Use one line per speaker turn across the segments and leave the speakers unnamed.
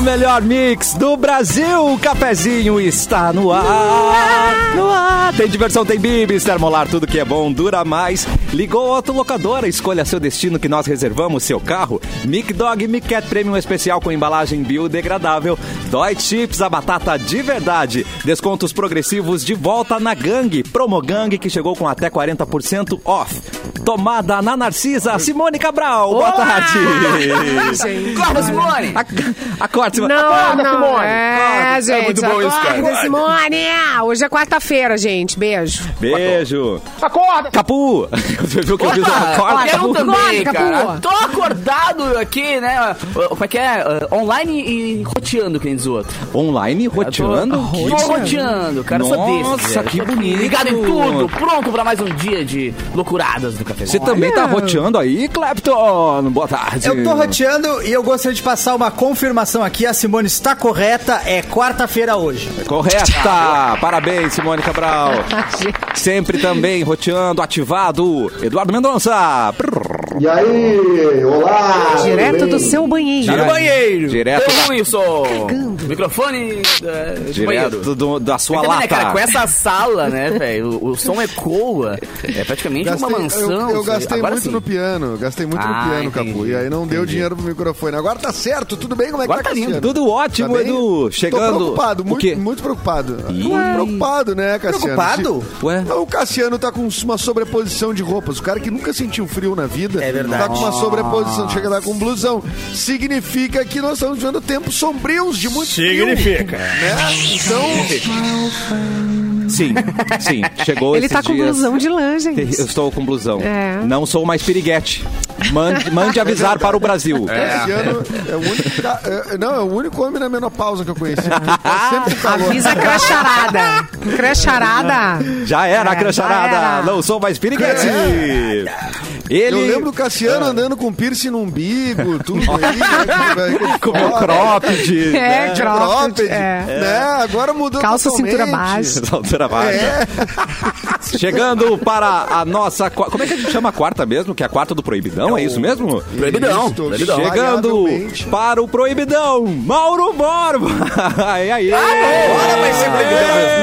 melhor mix do Brasil. O cafezinho está no ar. No ar. Tem diversão, tem bibis, termolar, tudo que é bom dura mais. Ligou a autolocadora, escolha seu destino que nós reservamos seu carro. Mic Dog Mic Cat Premium especial com embalagem biodegradável. Dói Chips, a batata de verdade. Descontos progressivos de volta na gangue. Promogang que chegou com até 40% off. Tomada na Narcisa, Simone Cabral. Boa tarde.
Corre, Simone!
Ac- Acorde, Simone.
Não,
Acorda,
não.
Simone.
É,
Acorda.
gente.
É muito bom isso, cara.
acorda, Simone. Hoje é quarta-feira, gente. Beijo.
Beijo.
Acorda!
Capu! Você viu que eu fiz um
Ah,
acorde?
eu
Capu?
também,
Capu.
cara. Tô acordado aqui, né? uh, Como é que é? Uh, Online e roteando, que nem diz o outro.
Online, roteando?
Tô roteando, cara. eu Sou desse.
Nossa,
velho.
que
Tô aqui
bonito.
Ligado em tudo, pronto pra mais um dia de loucuradas do café.
Você também tá roteando aí, Clapton? Boa tarde.
Eu tô roteando e eu gostaria de passar uma confirmação aqui. A Simone está correta, é quarta-feira hoje.
Correta! Parabéns, Simone Cabral. Sempre também roteando, ativado. Eduardo Mendonça. Prrr,
E aí, olá! tudo
Direto
bem?
do seu banheiro.
Tá no banheiro.
Direto-
Eu ruim, sou. Microfone é, de banheiro.
direto do- da sua
Mas também, né,
lata.
cara, com essa sala, né, velho? O, o som ecoa. É praticamente uma mansão.
eu, eu
sei.
gastei
Agora
muito
sim.
no piano, gastei muito
Ah,
no piano,
entendi,
Capu. E aí não deu
entendi.
dinheiro pro microfone. Agora tá certo, tudo bem? Como é
Agora
que tá,
tá lindo.
Cassiano?
Tudo ótimo,
bem?
Edu. Chegando.
Tô preocupado,
O quê?
muito, muito preocupado. Muito preocupado, né, Cassiano?
Preocupado?
Se-
Ué?
Não, O Cassiano tá com uma sobreposição de roupas. O cara que nunca sentiu frio na vida
É verdade.
tá com uma sobreposição. Chega lá com um blusão. Significa que nós estamos vivendo tempos sombrios de muito frio.
Significa.
Né? Então,
Sim, sim. Chegou
Ele
esses
tá com
dias.
blusão de lã,
Eu
gente.
estou com blusão.
É.
Não sou mais piriguete. Mande, mande avisar para o Brasil.
Cassiano é o único. ca- é- não, é o único homem na menopausa que eu conheci. Tá sempre com calor.
Avisa a cracharada. Cracharada.
Já era,
É,
a
já
cracharada.
era. É.
Não sou mais piriguete.
Eu
Ele
lembro o Cassiano andando com piercing no umbigo, tudo aí. né, com-
com meu
com-
cropped. né?
É,
de
cropped.
Né? cropped,
É.
né? Agora mudou
Calça, cintura
totalmente.
baixa.
Essa altura baixa.
É.
Chegando para a nossa. qua- Como é que a gente chama a quarta mesmo? Que é a quarta do Proibidão? É isso mesmo?
Proibidão,
Isso,
proibidão.
Chegando
variavelmente.
para o Proibidão, Mauro Borba. E aí? Agora vai ser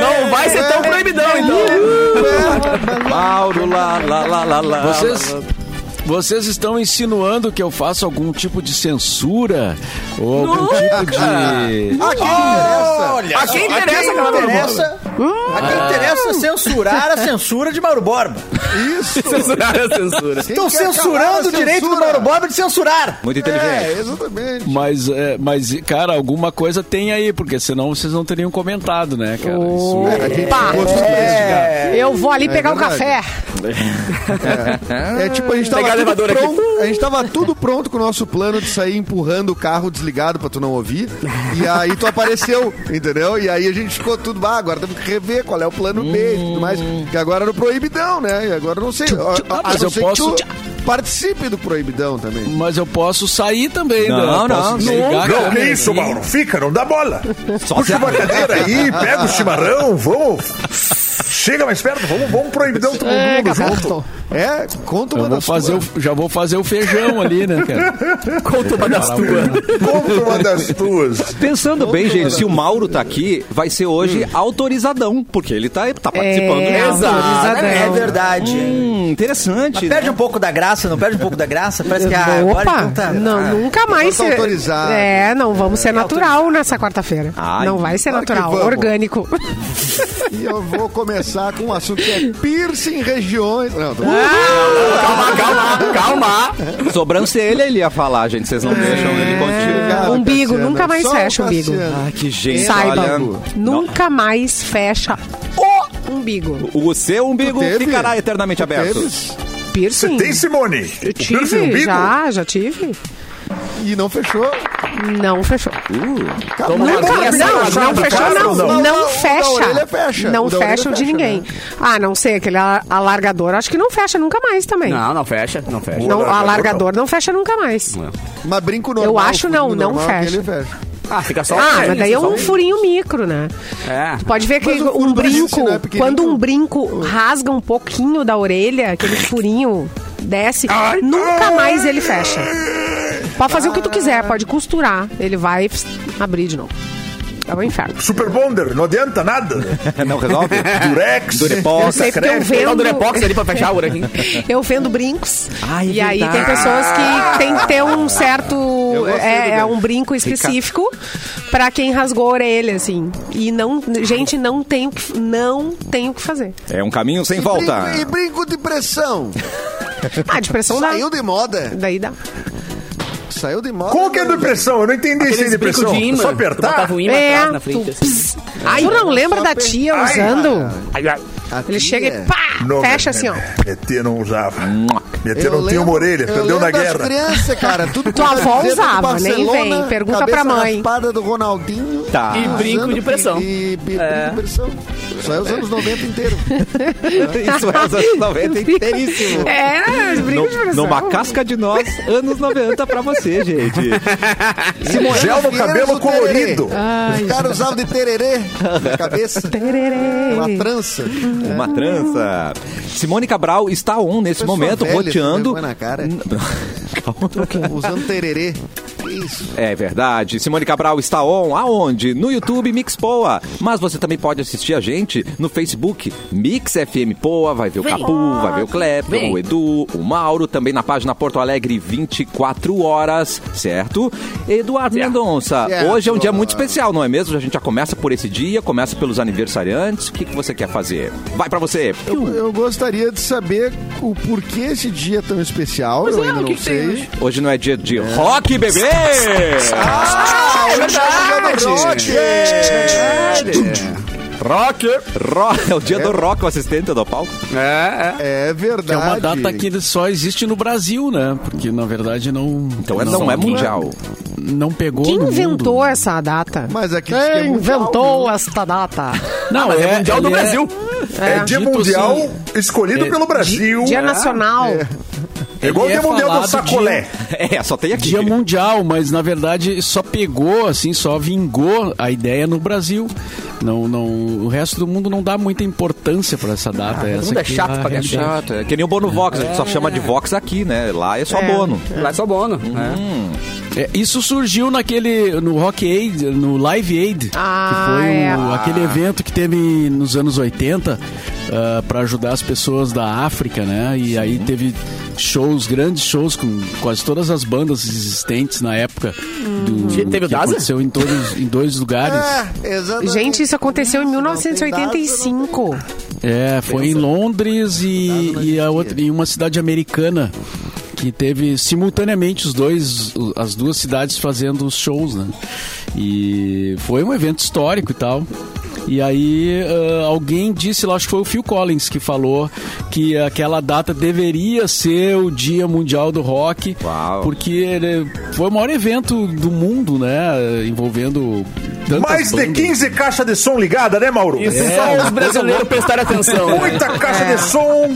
Não vai ser
É.
tão proibidão, então.
Mauro, lá, lá, lá, lá, lá.
Vocês. Vocês estão insinuando que eu faço algum tipo de censura? Ou algum tipo de.
A quem interessa?
A quem
A quem
interessa, cara?
interessa, a quem interessa é censurar a censura de Mauro Borba.
Isso.
Censurar a censura.
Quem
Estão
quer acabar a
censurando o direito do
censura?
Mauro Borba de censurar.
Muito
É,
inteligente.
exatamente.
Mas, é, mas, cara, alguma coisa tem aí, porque senão vocês não teriam comentado, né, cara?
Oh.
Isso-
Pá. Eu vou ali pegar um
verdade.
café.
É tipo, a gente, tava
Pegar
tudo
elevador aqui.
pronto, a gente tava tudo pronto com o nosso plano de sair empurrando o carro desligado pra tu não ouvir. E aí tu apareceu, entendeu? E aí a gente ficou tudo, ah, agora temos que rever qual é o plano B e tudo mais.
Hum.
Que agora era o proibidão, né? E agora eu não sei. A, a, a
ah, mas
não
eu
ser que
posso-
tu Participe do proibidão também.
Mas eu posso sair também, né?
Não, não,
Eu posso desligar a
Não, que
câmera
isso,
e-
Mauro? Fica, não dá bola.
Só se
Uma cadeira aí, pega o chimarrão, vamos. Chega mais perto, vamos, vamos proibidão todo mundo junto.
É, conta uma
Eu vou
das
fazer
tuas.
o- já vou fazer o feijão ali, né, cara?
Conta uma das tuas.
Conta uma das tuas.
Pensando bem, gente, se o Mauro tá aqui, vai ser hoje autorizadão, porque ele tá, tá participando.
É,
mesmo.
autorizadão.
É verdade.
Hum, interessante.
Mas perde um pouco da graça, não perde um pouco da graça? Parece que a
Opa,
então tá.
não, nunca mais
tá autorizado.
É, não vamos ser natural nessa quarta-feira.
Ai,
não vai ser
claro que
natural,
vamos.
orgânico.
E eu vou começar com um assunto que é piercing regiões. Não, tô...
Calma, calma, calma.
né? Sobrancelha ele ia falar, gente. Vocês não deixam ele continuar.
Obrigado,
Ah, é. umbigo,
Cassiano.
nunca mais
Só o
fecha o umbigo.
Cassiano.
Ah, que gente, olha.
Saibam,
Não,
nunca mais fecha o umbigo.
O seu umbigo
teve?
ficará eternamente aberto.
Teve
Piercing?
Tem, Simone?
Eu
Piercing no
tive,
umbigo?
já, já tive.
E não fechou.
Não fechou.
Tá
Não,
Nunca,
mas
não,
essa-
não
essa-
fechou,
essa-
não.
essa-
Não,
essa- essa-
fecha.
o da orelha fecha,
Não
o da
fecha,
orelha
o de
fecha, né?
ninguém. Ah, não sei, aquele a- alargador, acho que não fecha nunca mais também.
Não, não fecha, não fecha.
Não,
alargador
alargador não fecha nunca mais.
Mas brinco normal.
acho
furinho
não, não
normal,
fecha.
aquele fecha.
Ah, fica só
Ah, mas daí é
só
um furinho micro, né?
É.
Pode ver que
Mas o furo
um
do Brasil, se
brinco,
não é pequenininho-
quando um brinco rasga um pouquinho da orelha, aquele furinho desce, nunca mais ele fecha. Pode fazer o que tu quiser, pode costurar. Ele vai pss, abrir de novo. É um inferno.
Tá
Super Bonder, não adianta nada.
Não resolve?
Durex.
Eu sei porque eu
Pegar o
vendo,
Durepox ali pra fechar o aqui.
eu vendo brincos.
Ah, é
e aí tem
verdade.
pessoas que tem que ter um certo.
Ah. gostei do
É, é
brinco.
um brinco específico pra quem rasgou a orelha, assim. E não. Gente, não tem o que, não tem o que fazer.
É um caminho sem
E
volta.
brinco- E brinco de pressão.
Ah, depressão dá.
Saiu de moda.
Daí dá.
Saiu de moda.
Qual que é a depressão? Eu não entendi isso aí,
Aqueles brincos
depressão.
de
É
imã.
Só
Tu
apertar?
botava um imã atrás
É,
na
tu,
frente. assim.
pss, Ai, tu não lembra da tia
Ai,
usando?
Ai, ai.
Aqui
Ele chega
é.
e pá,
Não,
fecha assim, ó.
Metê não usava. Metê
Eu
não tinha uma
lembro-
orelha,
eu
um perdeu na
lembro das
guerra.
crianças, cara. Tudo
Tua avó
camiseta do
usava,
Barcelona,
nem vem. Pergunta
cabeça
pra mãe.
raspada do Ronaldinho.
Tá. E
Usando
brinco de pressão. É.
E, e brinco de pressão. Só é os anos 90 inteiro.
Isso é os anos 90 inteiríssimo.
É, brinco de
No,
pressão.
numa casca de nós, anos 90 pra você, gente.
Gel no
é
Vieram
cabelo
do tererê.
colorido.
Os caras usavam de tererê na cabeça.
é
Uma trança.
Uma trança. Simone Cabral está on nesse
Pessoa
momento,
velha,
roteando.
vergonha na cara. Usando tererê. Que isso?
É verdade. Simone Cabral está on aonde? No YouTube Mix Poa. Mas você também pode assistir a gente no Facebook Mix FM Poa. Vai ver o
Vem.
Capu, vai ver o Clepton,
Vem.
o Edu, o Mauro, também na página Porto Alegre 24 horas, certo? Eduardo Mendonça,
Certo.
hoje é um dia muito especial, não é mesmo? A gente já começa por esse dia, começa pelos aniversariantes. O que, que você quer fazer? Vai pra você.
Eu, eu gostaria de saber o porquê esse dia é tão especial. eu
é
ainda
o que
não
que tem
sei.
hoje?
Hoje não é dia de rock, bebê!
Ah, é
verdade!
Rock! é o dia do rock, o assistente do palco.
É, é.
É verdade.
Que é uma data que só existe no Brasil, né? Porque, na verdade, não...
Então é- não,
um
é mundial.
Não pegou
Quem
no mundo.
inventou essa data?
Mas aqui diz que é
Quem
mundial,
inventou esta data?
Ah,
Não,
Mas é, mundial do
ele
Brasil.
É, dia
Dito
mundial
assim,
escolhido
é,
pelo Brasil.
Dia Nacional.
É igual o
ele
dia
é
mundial do
falado
sacolé.
É, só tem aqui.
Dia mundial, mas na verdade só pegou, assim, só vingou a ideia no Brasil. Não, não, o resto do mundo não dá muita importância pra essa data.
O
essa
mundo é
aqui
chato
a
pra
realidade.
ganhar.
É que nem o Bono Vox, a gente só chama de Vox aqui, né? Lá é só Bono.
Lá é só bono. né?
É, isso surgiu naquele no Rock Aid, no Live Aid,
Ah,
que foi um-
é.
aquele evento que teve nos anos 80 para ajudar as pessoas da África, né? E aí teve shows, grandes shows com quase todas as bandas existentes na época do
Te- teve o
que
Daza? Ah.
aconteceu em todos em dois lugares.
É, exatamente.
Gente, isso aconteceu em 1985.
É, foi em Londres e, e a outra, em uma cidade americana que teve simultaneamente os dois, o- as duas cidades fazendo os shows, né? E foi um evento histórico e tal. E aí ah, alguém disse lá, acho que foi o Phil Collins que falou que aquela data deveria ser o Dia Mundial do Rock,
Uau.
porque ele foi o maior evento do mundo, né? Envolvendo tantas
Mais de
bandas.
15 caixas de som ligada, né, Mauro?
Isso só os brasileiros prestarem É. atenção. né?
Muita caixa
É.
de som.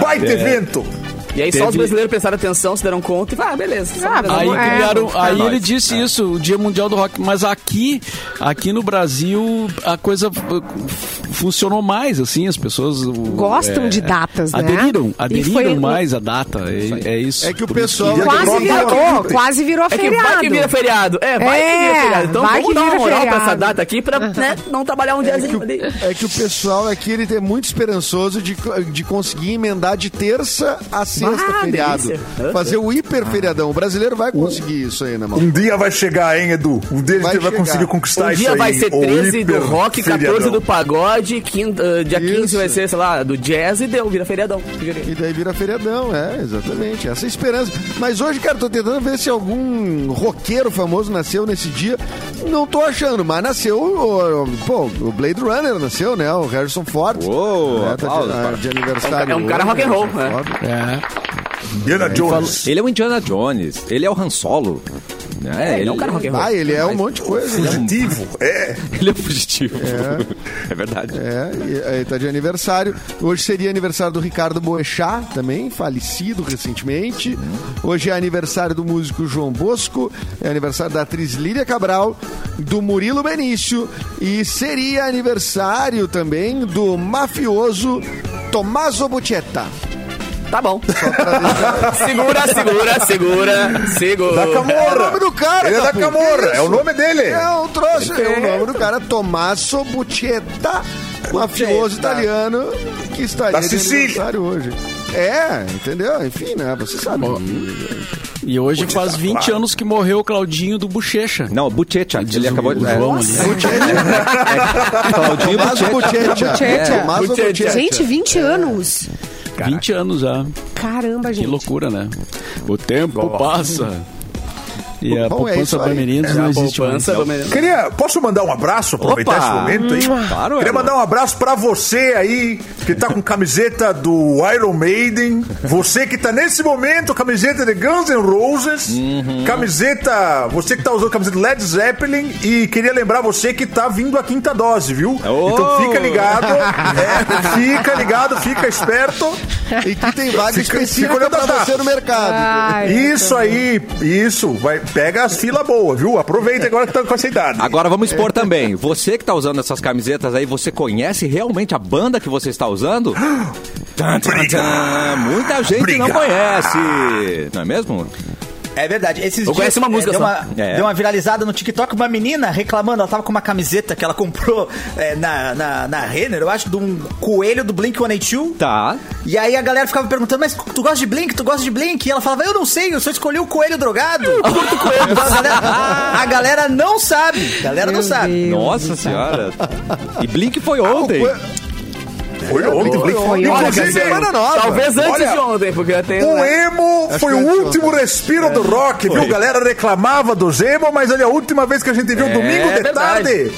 Baita
É.
evento.
E aí só os
Teve-
brasileiros prestaram atenção, se deram conta e vai, ah, beleza.
Ah,
Aí
É,
criaram, aí
nós.
ele disse isso, o Dia Mundial do Rock, mas aqui, aqui no Brasil a coisa uh, funcionou mais assim, as pessoas uh,
Gostam de datas, né?
Aderiram,
E
aderiram
foi-
mais à data. É, é isso.
É que o
Por isso
pessoal-
que-
Dia
Quase
do Rock
virou,
ontem.
quase virou
É que vai que
feriado.
vira feriado. É, vai que
É,
vira feriado. Então
vai
vamos
que
dar uma
vira
moral pra essa
feriado.
data aqui pra né, não trabalhar um diazinho ali.
É que o pessoal aqui ele é muito esperançoso de, co- de conseguir emendar de terça a sexta
Ah,
feriado.
delícia.
Fazer o hiper feriadão. O brasileiro vai conseguir isso aí, né, mano?
Um dia vai chegar, hein, Edu? Um dia a
Vai
gente vai
chegar.
conseguir conquistar
Um
tá isso
dia
aí.
vai ser
o
13 do
hiper
rock, 14
feriadão.
do pagode, quinta, eh, dia 15 vai
Isso.
ser, sei lá, do jazz e deu, vira feriadão.
E daí vira feriadão, é, exatamente. Essa é a esperança. Mas hoje, cara, tô tentando ver se algum roqueiro famoso nasceu nesse dia. Não tô achando, mas nasceu o, o- pô, o Blade Runner nasceu, né? O Harrison Ford.
Uou,
né? Tá
aplausos,
de,
cara.
de aniversário.
É um cara
hoje,
rock and roll,
Harrison
né?
Ford.
É.
Indiana Jones.
Ele é o Indiana Jones, ele é o Han Solo. Né?
É, ele é um cara rock and roll.
Ah, ele é um monte de coisa. né?
Fugitivo. É.
Ele é fugitivo. É, verdade.
É, e- aí tá de aniversário. Hoje seria aniversário do Ricardo Boechat, também, falecido recentemente. Hoje é aniversário do músico João Bosco, é aniversário da atriz Lília Cabral, do Murilo Benício e seria aniversário também do mafioso Tommaso Bucetta.
Tá bom. segura, segura, segura, segura.
Da Camorra. É o nome do cara,
Ele é da
Capu.
Camorra, é o nome dele.
É um troço, é o nome do cara, Tommaso Bucetta, mafioso italiano que estaria
Da
de
Sicília.
aniversário hoje. É, entendeu? Enfim, né? Você sabe.
E hoje faz 20 anos que morreu o Claudinho do Bochecha.
Não, Buchecha. Ele
Diz o-
acabou de...
o
é,
João ali.
Claudinho
Tommaso
Buchecha.
Bucetta.
Bucetta.
Tommaso Bucetta.
Gente, 20 anos.
20 anos já.
Caramba,
Que
gente.
loucura, né? O tempo passa. E a
Bom, é
poupança
isso aí.
Bamerindos não existe mais.
Poupança, Palmeiras.
Queria, posso mandar um abraço? Aproveitar
Opa!
esse momento aí.
Hum, tá.
Claro, é.
Queria
Elon.
mandar um abraço pra você aí, que tá com camiseta do Iron Maiden. Você que tá nesse momento, camiseta de Guns N' Roses.
Uhum.
Camiseta. Você que tá usando camiseta do Led Zeppelin. E queria lembrar você que tá vindo a quinta dose, viu?
Oh!
Então fica ligado. é, fica ligado, fica esperto.
E que tem vaga
Fica-
específica
fica
pra
olhando as
você no mercado.
Ai,
isso aí, isso. Vai, pega as filas boas, viu? Aproveita agora que tá com essa idade.
Agora vamos expor também. Você que tá usando essas camisetas aí, você conhece realmente a banda que você está usando? Tan, tan, tan. Muita gente não
Briga.
conhece. Não é mesmo?
É verdade. Esses
Eu conheço uma música
deu
só.
Uma,
É.
Deu uma viralizada no TikTok, uma menina reclamando, ela tava com uma camiseta que ela comprou é, na, na, na Renner, eu acho, de um coelho do Blink-182.
Tá.
E aí a galera ficava perguntando, mas tu gosta de Blink? Tu gosta de Blink? E ela falava, eu não sei, eu só escolhi o coelho drogado. Eu curto coelho. A galera, a galera não sabe. A galera não
Meu
sabe.
Deus
Nossa
do céu.
senhora. E Blink foi ontem.
Foi ontem.
Foi ontem.
Inclusive,
Olha, quer dizer,
semana nova.
Talvez antes
Olha,
de ontem, porque eu tenho.
O
né?
emo foi o
que é
último respiro do rock, viu? A galera reclamava dos emo, mas olha, a última vez que a gente viu, domingo de
verdade.
tarde,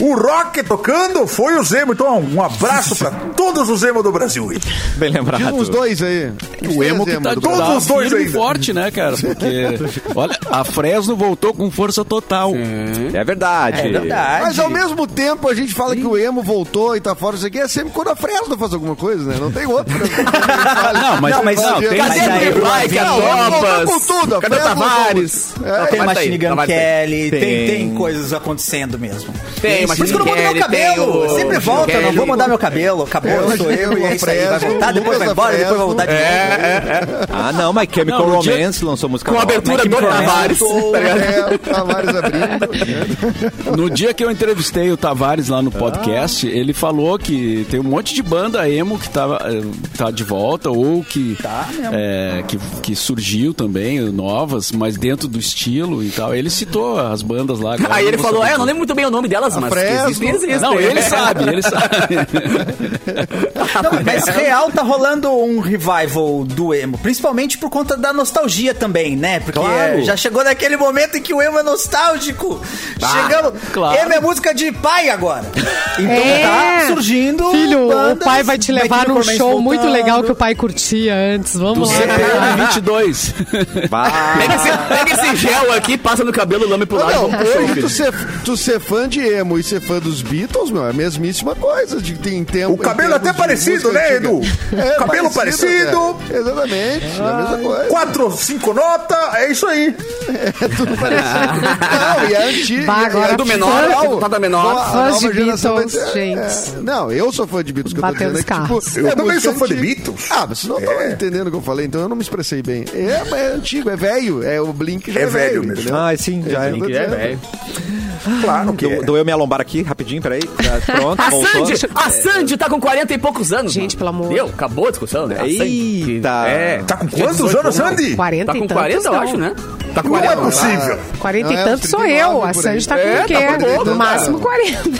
o rock tocando foi o Zemo. Então, um abraço pra todos os emo do Brasil.
Bem lembrado.
Diz uns dois aí.
O emo que tá,
do
Todos
tá
os dois
firme e
ainda.
forte, né, cara? Porque, olha, a Fresno voltou com força total.
É verdade.
É verdade.
Mas ao mesmo tempo a gente fala que o emo voltou e tá fora, isso aqui é sempre quando a Fresno faz alguma coisa, né? Não tem outro. né?
Não, mas,
Não, mas
não,
não,
tem
cadê
mas
a
aí-
Demi
Vai,
Lovato?
que a
Não,
Topas.
voltou com tudo, a
Cadê o
Fresno
Tavares?
É,
Tem
Tavares tá aí,
Machine Gun
Tavares tá aí.
Kelly, tem. Tem,
Tem.
coisas acontecendo mesmo.
Tem,
Por isso que
Machine
eu não mudo meu
Kelly, tem
cabelo.
o-
Sempre volta,
Kelly.
não vou mudar meu cabelo. Acabou, eu sou eu e é isso aí. Vai voltar, depois vai embora, depois vai voltar de novo.
Ah, não, mas Chemical
Não, no dia-
Romance lançou música
Com a
nova.
abertura do
Chemical
Tavares. tá ligado?
É, o Tavares abrindo.
No dia que eu entrevistei o Tavares lá no podcast,
Ah.
ele falou que tem um monte de banda emo que tá, eh, tá de volta ou que,
Tá
eh, que, que surgiu também, novas, mas dentro do estilo e tal. Ele citou as bandas lá. agora
Aí
eu
ele
não
falou:
vou
é,
saber
eu não lembro muito bem o nome delas,
Tá
mas. que
Fresno.
existem, existem.
Não, ele sabe, ele sabe.
Não, mas real tá rolando um revival do emo, principalmente por conta da nostalgia também, né? Porque
Claro.
é, já chegou naquele momento em que o emo é nostálgico. Chegamos,
claro.
emo é música de pai agora. Então
É.
tá surgindo
Filho,
bandas,
o pai vai te levar
ter
num
Cormans
show muito
voltando.
legal que o pai curtia antes.
Do
Vamos
é.
lá.
CPM 22.
Vai.
Pega esse, pega esse gel aqui, passa no cabelo, lame pro lado.
Não,
vamos pro show,
hoje
filho.
tu ser, tu ser fã de emo e ser fã dos Beatles, meu, é a mesmíssima coisa. De, tem tempo,
O cabelo
em
é até
termos de
parecido,
música
né,
antiga.
Edu?
É,
Cabelo parecido.
cara. Exatamente, é a mesma coisa. é
Quatro, cinco notas, é isso aí.
Tudo parecido. Não, e é antigo.
Bah,
e é
agora
antigo.
do menor,
Não,
tá da menor.
a
Fãs
nova
de
geração vai
Beatles,
ter-
gente.
é, não, eu sou fã de Beatles, que eu tô
Bateu
dizendo.
os
é que,
carros.
Eu também
música
sou fã de
antiga.
Beatles.
Ah, mas você não tava
É.
entendendo o que eu falei, então eu não me expressei bem. É, mas é antigo, é velho. É o Blink já
É
é,
velho
velho.
mesmo.
entendeu?
Ah, sim, já é.
isso que eu tô
É,
dizendo.
velho.
Claro que
Do,
é.
doeu minha lombar aqui, rapidinho, peraí. Já, é Pronto,
Tá
A
voltou.
Sandy, a Sandy tá com 40 e poucos anos.
Gente,
mano.
pelo amor.
Deu, acabou a discussão, né? A Sandy, que-
Eita.
É.
Tá com quantos anos, Andy?
40
Tá
e
com
tantos,
40, eu
não.
acho, né? Tá com
Não é
40.
possível.
40
Não,
e
é
tantos
uns
sou
39
eu. A
por aí.
Sandy tá com
É,
o quê?
tá com
no
trinta,
máximo 40.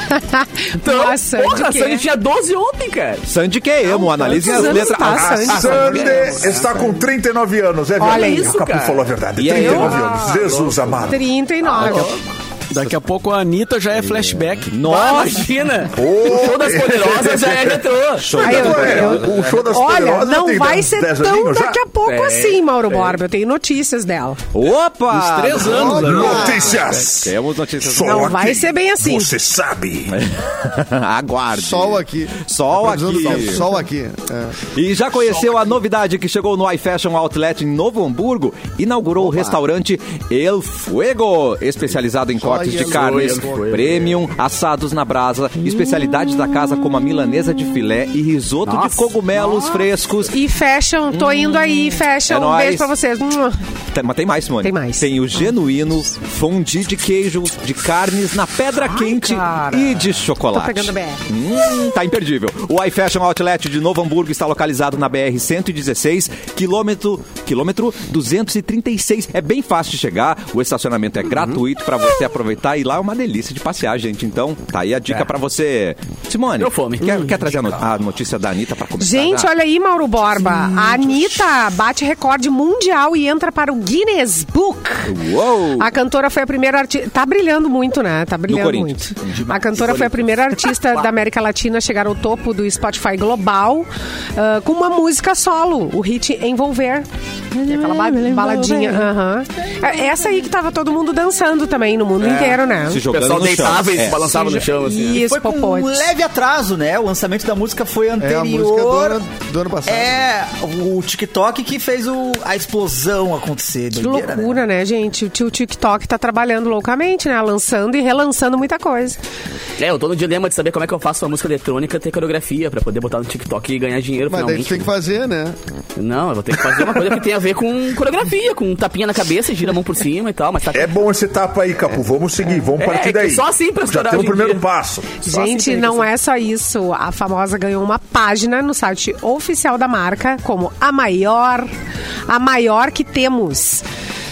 Então,
a Sandy
porra, a
quê?
Sandy tinha 12 ontem, cara.
Sandy que é emo, analisem as
quantos anos
letras.
tá,
as-
Sandy?
as-
Sandy está com 39 anos, é verdade.
Olha
isso,
o Capu
cara.
falou a verdade.
E aí,
39
eu?
Ah,
anos. Jesus amado.
39.
Daqui a pouco a Anitta já é flashback.
Ah,
Nossa,
imagina. O show das poderosas já é retrô.
Aí Então, eu-
É,
eu-
o show das
Olha,
poderosas
não
tem
vai
dez-
ser
dez
tão
aninhos já?
daqui a pouco
Tem,
assim, Mauro
tem.
Borba. Eu tenho notícias dela.
opa!
Uns três anos, né?
Notícias.
Temos notícias.
Sol
Não
aqui.
vai ser bem assim.
Você sabe.
Aguarde.
Sol aqui.
Sol
Tá precisando
aqui.
do Sol aqui. É.
E já conheceu a novidade que chegou no iFashion Outlet em Novo Hamburgo? Inaugurou o restaurante El Fuego, especializado em cortes de carnes premium, assados na brasa, especialidades da casa como a milanesa de filé e risoto de cogumelos frescos.
E fecham, tô indo aí, fecham.
É
um
nóis.
beijo pra vocês. Mua.
Tem- mas tem mais, Simone.
Tem mais.
Tem o genuíno fondue de queijo de carnes na pedra quente
cara.
e de chocolate.
Tô pegando BR.
Hum, tá imperdível. O iFashion Outlet de Novo Hamburgo está localizado na BR 116, quilômetro, quilômetro 236. É bem fácil de chegar, o estacionamento é gratuito para você aproveitar e lá é uma delícia de passear, gente. Então, tá aí a dica pra para você. Simone,
Deu fome.
Quer, quer trazer a, no- a notícia da Anitta para começar?
Gente,
já?
olha aí, Mauro Borba. A Anitta bate recorde mundial e entra para o Guinness Book.
Uou!
A cantora foi a primeira artista. Tá brilhando muito, né? Tá brilhando
Corinthians.
muito. A cantora foi a primeira artista da América Latina a chegar ao topo do Spotify Global ah, com uma música solo, o hit Envolver. Que é aquela ba- baladinha. aham. É Essa aí que tava todo mundo dançando também no mundo inteiro, né?
Se
O
jogando
pessoal
no chão.
deitava e
É.
se balançava no chão, assim.
Isso,
Foi com um
popote.
leve atraso, né? O lançamento da música foi
É a música do
anterior.
ano, do ano passado.
É, o TikTok que fez o- a explosão acontecer.
Que loucura, né, gente? O tio TikTok tá trabalhando loucamente, né? Lançando e relançando muita coisa.
É, eu tô no dilema de saber como é que eu faço uma música eletrônica ter coreografia pra poder botar no TikTok e ganhar dinheiro
Mas daí
finalmente.
tu tem que fazer, né?
Não, eu vou ter que fazer uma coisa que tem a ver com coreografia, com um tapinha na cabeça, gira a mão por cima e tal, mas tá
É bom essa etapa aí, Capu. Vamos seguir, vamos
É,
partir
que
daí.
só assim pra
Já
estourar
tem o
hoje em
primeiro
dia.
passo.
Só
Gente,
assim que
não
é
é só isso. A famosa ganhou uma página no site oficial da marca como a maior, a maior que temos.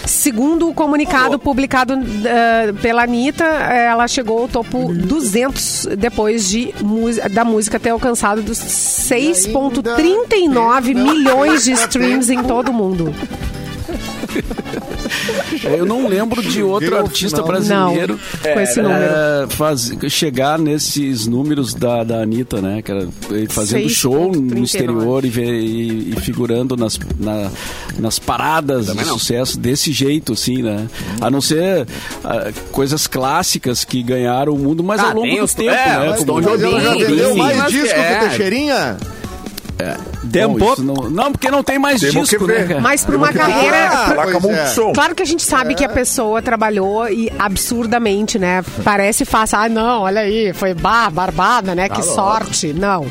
Segundo o comunicado publicado eh, pela Anitta, eh, ela chegou ao topo 200 depois de, mu- da música ter alcançado dos 6,39
ainda-
milhões de streams em todo o mundo.
É, Eu não lembro de outro
Virou
artista
final.
brasileiro
Não, com esse
eh,
número.
faz- chegar nesses números da, da Anitta, né? Que era, eh, fazendo
Seis
show
ponto trinta e nove.
no exterior e, ve- e- e figurando nas, na- nas paradas de sucesso desse jeito, assim, né? A não ser ah, coisas clássicas que ganharam o mundo, mas
Ah,
ao longo
tem
do
os-
tempo,
é,
né?
os
Como-
Tom
Mas ela
Jobim,
já vendeu
enfim.
mais
Mas
disco
é.
que o Teixeirinha?
Bom,
Tempo.
isso um não, não, porque não tem mais
um
Temos
disco,
que ver.
né, cara?
Mas para uma carreira,
Ah,
Lá
pois
acabou
é.
o som.
Claro que a gente sabe
É.
que a pessoa trabalhou e absurdamente, né? Parece fácil. Ah, não, olha aí, foi bar, barbada, né? que sorte. Não.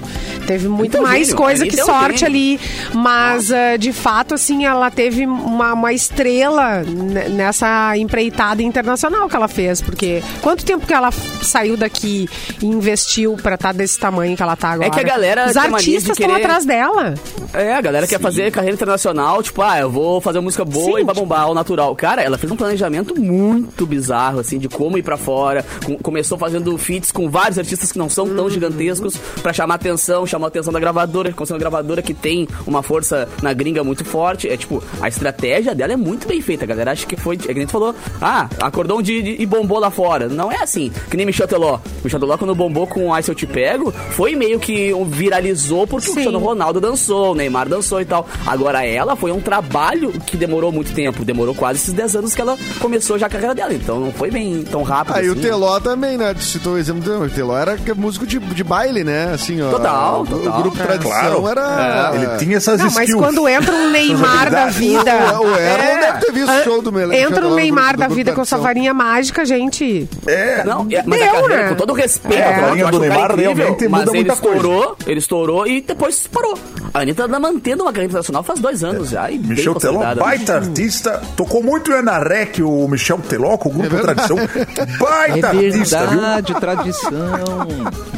Teve muito
Tá Então,
mais
gênio,
coisa
aí
que
deu
sorte
gênio.
ali. Mas, eh, de fato, assim, ela teve uma, uma estrela ne- nessa empreitada internacional que ela fez. Porque quanto tempo que ela f- saiu daqui e investiu pra estar desse tamanho que ela tá agora?
É que a galera
Os
tem mania de
artistas estão
querer-
atrás dela.
É, a galera quer fazer carreira internacional, tipo, ah, eu vou fazer uma música boa
Sim.
e vai bombar ao natural. Cara, ela fez um planejamento muito bizarro, assim, de como ir pra fora. Com- começou fazendo feats com vários artistas que não são
Uhum.
tão gigantescos pra chamar atenção, chamou a atenção da gravadora, que é uma gravadora que tem uma força na gringa muito forte. É tipo, a estratégia dela é muito bem feita, a galera. Acho que foi. É que nem tu falou, ah, acordou um dia e e bombou lá fora. Não é assim, que nem Michel Teló. Michel Teló, quando bombou com Ai Se Eu Te Pego, foi meio que um- viralizou porque o
Sim.
Cristiano Ronaldo. Ronaldo dançou, o Neymar dançou e tal. Agora ela foi um trabalho que demorou muito tempo, demorou quase esses 10 anos que ela começou já a carreira dela, então não foi bem tão rápido
Aí o
assim.
Teló também, né? Tu citou o exemplo do Teló. O Teló era que- é músico de, de baile, né? Assim, ó.
Total,
o,
total.
O grupo
É.
tradição
Claro.
É.
era...
Ele tinha essas
Não, mas
skills.
quando entra um Neymar da vida. É.
O, o Erlon deve ter visto o show do Meleque.
Entra
lá
o
no
Neymar
grupo-
da
do
vida
grupo
com a sua
tradição.
varinha mágica, gente.
É.
Não, é, mas
Deu,
a carreira,
né?
com todo respeito,
É, a
eu
carreira
acho
do
o cara
Neymar realmente muda
mas ele
muita coisa.
estourou, ele estourou e depois parou. A Anitta tá mantendo uma carreira internacional faz dois anos já. E bem
É. Michel Teló,
consolidada, né?
baita artista. Tocou muito em Anarec, o Michel Teló, com o grupo Tradição.
É
Baita artista, viu?
verdade, tradição.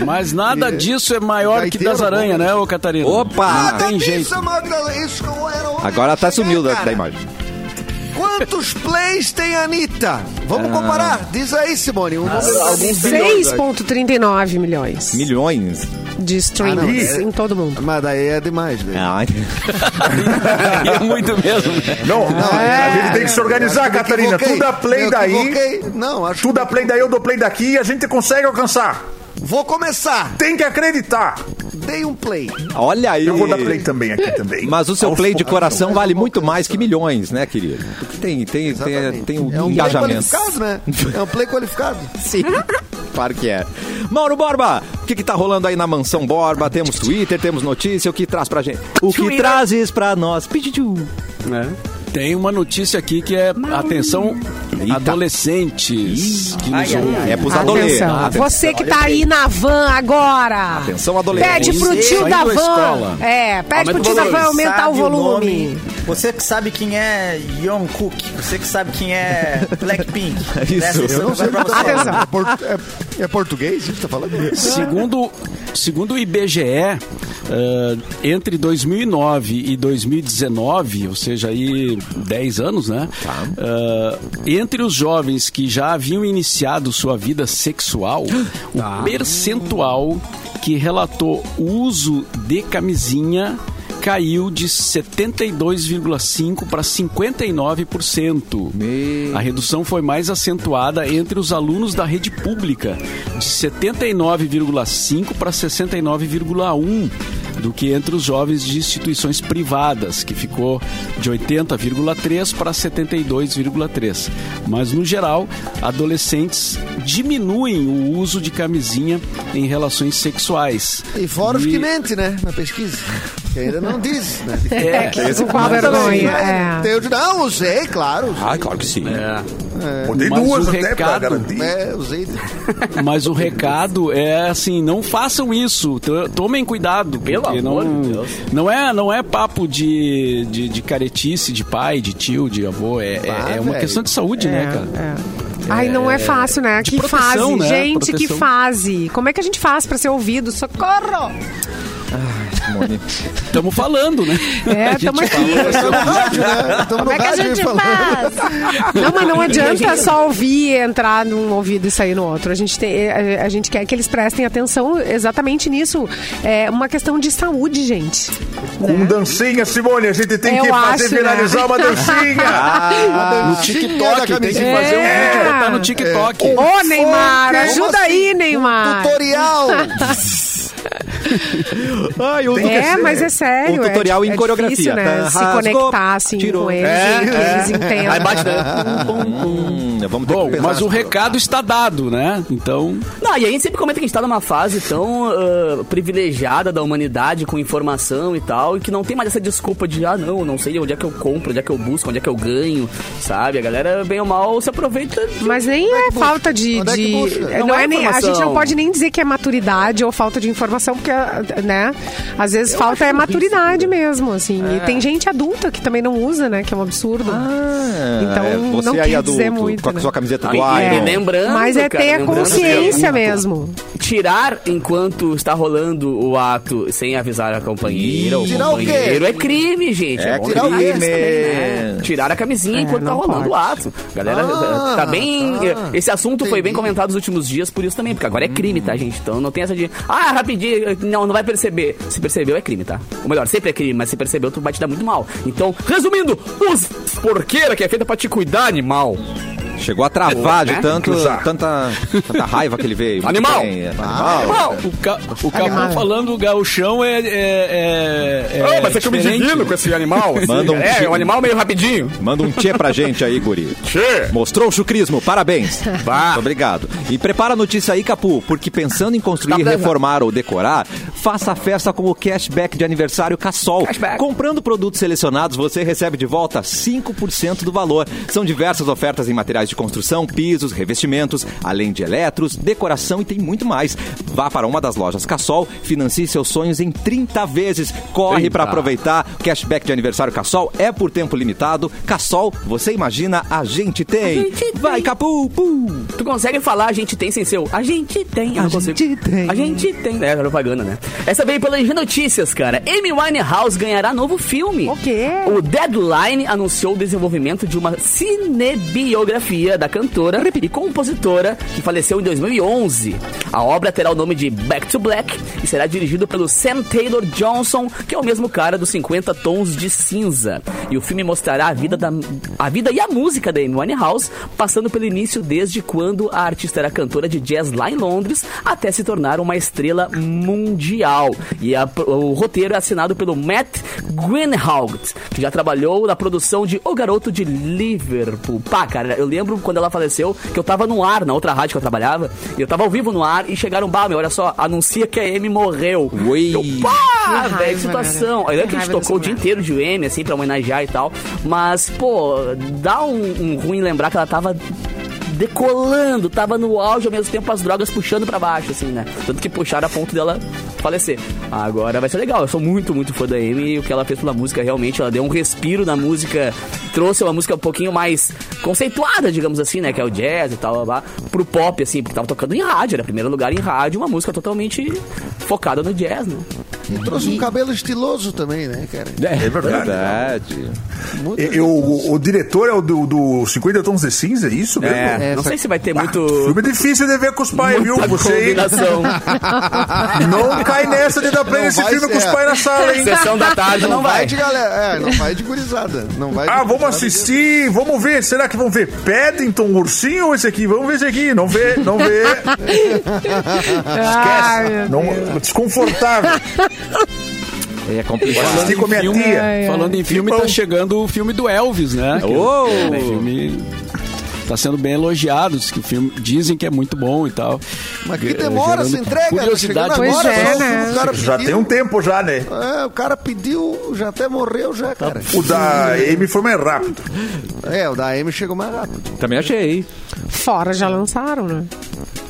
Mas nada disso é maior que
Gaiteiro
das aranhas, né, ô Catarina?
Opa!
Ah,
Não tem jeito.
Agora
tá
até sumiu da, da imagem.
Quantos plays tem a Anitta? Vamos
Ah.
comparar. Diz aí, Simone. Um número-
Ah.
alguns bilhões aí.
6,39 milhões
Milhões.
de
Ah,
streams
é
em todo mundo.
Mas daí é demais, né?
Ai.
E é muito mesmo, né?
Não, a gente tem que se
Acho
Ah,
organizar,
que me
Catarina.
equivoquei.
Tu dá play
Eu
daí,
equivoquei. Não, acho
tu dá play daí, eu dou play daqui e a gente consegue alcançar.
Vou começar.
Tem que acreditar.
Dei um play.
Olha aí.
Eu vou dar play também aqui também.
Mas o seu
Aos
play de
poucos.
coração vale muito mais que milhões, né, querido? Porque tem, tem, tem,
Exatamente.
tem um,
é um
engajamento.
play qualificado, né? É um play qualificado.
Sim, claro que é. Mauro Borba, o que, que tá rolando aí na Mansão Borba? Temos Twitter, temos notícia, o que traz pra gente? O que
Twitter.
trazes pra nós? Pediu.
Tem uma notícia aqui que é, atenção, Adolescentes que nos
Ai, ai,
ouvem.
ai. É pros adolescentes.
Ah,
Atenção, você que tá aí na van agora.
Atenção, adolescente.
Pede pro tio
Saindo
da
da escola.
van. É, pede
Aumenta
pro
o
tio da
volume.
van aumentar o
Sabe
volume.
nome. Você que sabe quem é Jungkook, você que sabe quem é Blackpink.
Isso.
Essa é
Eu não sei o que
pra
tá
você.
falando.
Atenção.
É, por- é- é português isso que tá falando?
Segundo, segundo o IBGE, ah, entre 2009 e 2019, ou seja, aí 10 anos, né? Ah, entre os jovens que já haviam iniciado sua vida sexual, o percentual que relatou uso de camisinha caiu de 72,5 para 59%. A redução foi mais acentuada entre os alunos da rede pública, de 79,5 para 69,1 do que entre os jovens de instituições privadas, que ficou de 80,3 para 72,3. Mas no geral, adolescentes diminuem o uso de camisinha em relações sexuais.
E fora os
E-
que mente, né? Na pesquisa. Que ainda não diz, né?
É, que com qual
Mas assim,
vergonha.
né?
É.
Eu digo, não, usei, claro.
Ah, claro que sim.
Botei
Mas
duas
o
até pra
recado,
garantir.
É, usei.
Mas o recado é assim, não façam isso. To- Tomem cuidado.
Pelo
porque
amor
não,
de Deus.
Não é, não é papo de, de, de caretice, de pai, de tio, de avô. É, é-
Ah,
é uma
velho.
questão de saúde, né, cara?
Ai, não é fácil, né?
de
Que
proteção,
fase,
né?
gente, que
Proteção.
fase. Como é que a gente faz pra ser ouvido? Socorro!
Estamos falando, né?
É,
A gente
tamo aqui.
Estamos no rádio, né? Estamos no
Como é que a
rádio aí
gente
falando.
faz? Não, mas não adianta só ouvir, entrar num ouvido e sair no outro. A gente, tem, eh, a, a gente quer que eles prestem atenção exatamente nisso. É uma questão de saúde, gente.
Com dancinha, Simone, a gente tem
Eu
que fazer
acho,
viralizar
né?
uma dancinha.
Ah,
No TikTok, tem que fazer um
É.
vídeo e botar no TikTok.
Ô, Neymar,
Como
ajuda
assim?
aí,
Um
Neymar.
Tutorial.
Ai, o
Tem
É, mas é sério.
Um
é
tutorial
di-
em
é
coreografia,
Difícil, né?
tá?
Se
Rasgou,
conectar assim
tirou.
com eles,
É,
e que
é.
eles entendam.
Aí bate, né?
Hum, vamos ter
Bom,
que pensar
mas o
nessa-
recado está dado, né? Então,
Não, e a gente sempre comenta que a gente tá numa fase tão ah, privilegiada da humanidade, com informação e tal, e que não tem mais essa desculpa de, ah, não, não sei onde é que eu compro, onde é que eu busco, onde é que eu ganho, sabe? A galera, bem ou mal, se aproveita. de-
Mas nem é falta de.
Onde é que
de-
busca?
não
Não
é
é
nem, a
informação.
gente não pode nem dizer que é maturidade ou falta de informação, porque, né? Às vezes falta é maturidade mesmo, assim. E tem gente adulta que também não usa, né? Que é um absurdo. então,
É, você
não
aí
quer
adulto,
dizer muito.
com a
né?
sua camiseta
Ah,
do
e- e
Iron.
lembrando,
Mas é
cara,
ter a
lembrando que é um
consciência
adulto-
mesmo.
Tirar enquanto está rolando o ato sem avisar a companheira ou
Tirar o quê?
companheiro é crime, gente.
É
bom
tirar o
lembrar isso
crime.
também, né? Tirar a camisinha enquanto
É,
tá
não
rolando
pode.
o ato. Galera,
Ah,
tá bem.
tá.
Esse assunto foi bem
Entendi.
comentado nos últimos dias, por isso também, porque agora é crime, tá, gente? Então não tem essa de. Ah, rapidinho, não, não vai perceber. Se percebeu, é crime, tá? Ou melhor, sempre é crime, mas se percebeu, tu vai te dar muito mal. Então, resumindo, os porqueira que é feita pra te cuidar, animal.
Chegou a travar de
Né?
tanto, tanta, tanta raiva que ele veio. Muito
Animal! Ah,
bem, é. Animal!
Animal!
o, ca... o Capu falando o gauchão é... é, é, é diferente, né?
esse animal. assim.
Manda um
Então,
é,
tiro.
um animal meio rapidinho.
Manda um tchê pra gente aí, guri.
Tchê. Tá.
Mostrou o chucrismo, parabéns. Muito obrigado. E prepara a notícia aí, Capu, porque pensando em construir,
Tá, tá.
reformar ou decorar, faça a festa com o cashback de aniversário Cassol.
Cashback.
Comprando produtos selecionados, você recebe de volta 5% do valor. São diversas ofertas em materiais de construção, pisos, revestimentos, além de eletros, decoração e tem muito mais. Vá para uma das lojas Cassol, financie seus sonhos em 30 vezes. Corre para aproveitar. Cashback de aniversário Cassol é por tempo limitado. Cassol, você imagina, a gente tem. Vai, Capu! pu.
Tu consegue falar a gente tem sem seu? A gente tem. Eu
A
não consigo.
gente tem.
A gente tem. É, propaganda, né? Essa veio pela IG Notícias, cara. Amy Winehouse ganhará novo filme.
O quê?
O Deadline anunciou o desenvolvimento de uma cinebiografia da cantora e compositora que faleceu em 2011. A obra terá o nome de Back to Black e será dirigido pelo Sam Taylor Johnson, que é o mesmo cara dos 50 Tons de Cinza. E o filme mostrará a vida, da, a vida e a música da Amy Winehouse, passando pelo início desde quando a artista era cantora de jazz lá em Londres até se tornar uma estrela mundial. E a- o roteiro é assinado pelo Matt Greenhalgh, que já trabalhou na produção de O Garoto de Liverpool. Pá, cara, eu lembro lembro quando ela faleceu que eu tava no ar, na outra rádio que eu trabalhava, e eu tava ao vivo no ar e chegaram, bah, meu, olha só, anuncia que a Amy morreu.
Ui.
Eu, pá,
Que
Ah, velho,
raiva,
que situação.
cara.
Aí que
Que
a gente
raiva
tocou o
dessa
dia
mulher.
inteiro de M, assim, pra homenagear e tal. Mas, pô, dá um, um ruim lembrar que ela tava decolando, tava no auge ao mesmo tempo as drogas puxando pra baixo, assim, né? Tanto que puxaram a ponto dela falecer. Agora vai ser legal, eu sou muito, muito fã da Amy e o que ela fez pela música, realmente, ela deu um respiro na música, trouxe uma música um pouquinho mais conceituada, digamos assim, né? Que é o jazz e tal, blá, blá, pro pop, assim, porque tava tocando em rádio, era primeiro lugar em rádio, uma música totalmente focada no jazz, né?
Trouxe um cabelo estiloso também, né, cara?
É
verdade.
verdade.
E- eu- o, o diretor é o do, do 50 Tons de Cinza, é isso mesmo?
É.
Não sei se vai ter muito.
Filme difícil de ver com os pais, viu?
muita
Você
combinação.
não cai nessa de dar pra
Não
esse
vai
filme
ser.
com os pais na sala, hein?
Sessão da tarde não,
Não vai
vai.
de galera. É, não vai de gurizada. Não vai de
Ah, vamos
gurizada.
assistir, vamos ver. Será que vão ver Paddington, ursinho ou esse aqui? Vamos ver esse aqui. Não vê, não vê.
Ai, meu
Não, desconfortável.
É complicado.
Assisti com a minha
Filme-
tia.
É.
Falando em filme,
Filmão.
tá chegando o filme do Elvis, né?
Uou!
Que O filme tá sendo bem elogiado, diz que o filme dizem que é muito bom e tal.
Mas que demora essa
Gerando
entrega. tá
Curiosidade.
chegando
Pois
agora,
é,
só o
né?
cara
Já
pediu.
tem um tempo já, né?
É, o cara pediu, já até morreu já, cara.
O da Amy foi mais rápido.
É, o da Amy chegou mais rápido.
Também achei.
Fora já lançaram, né?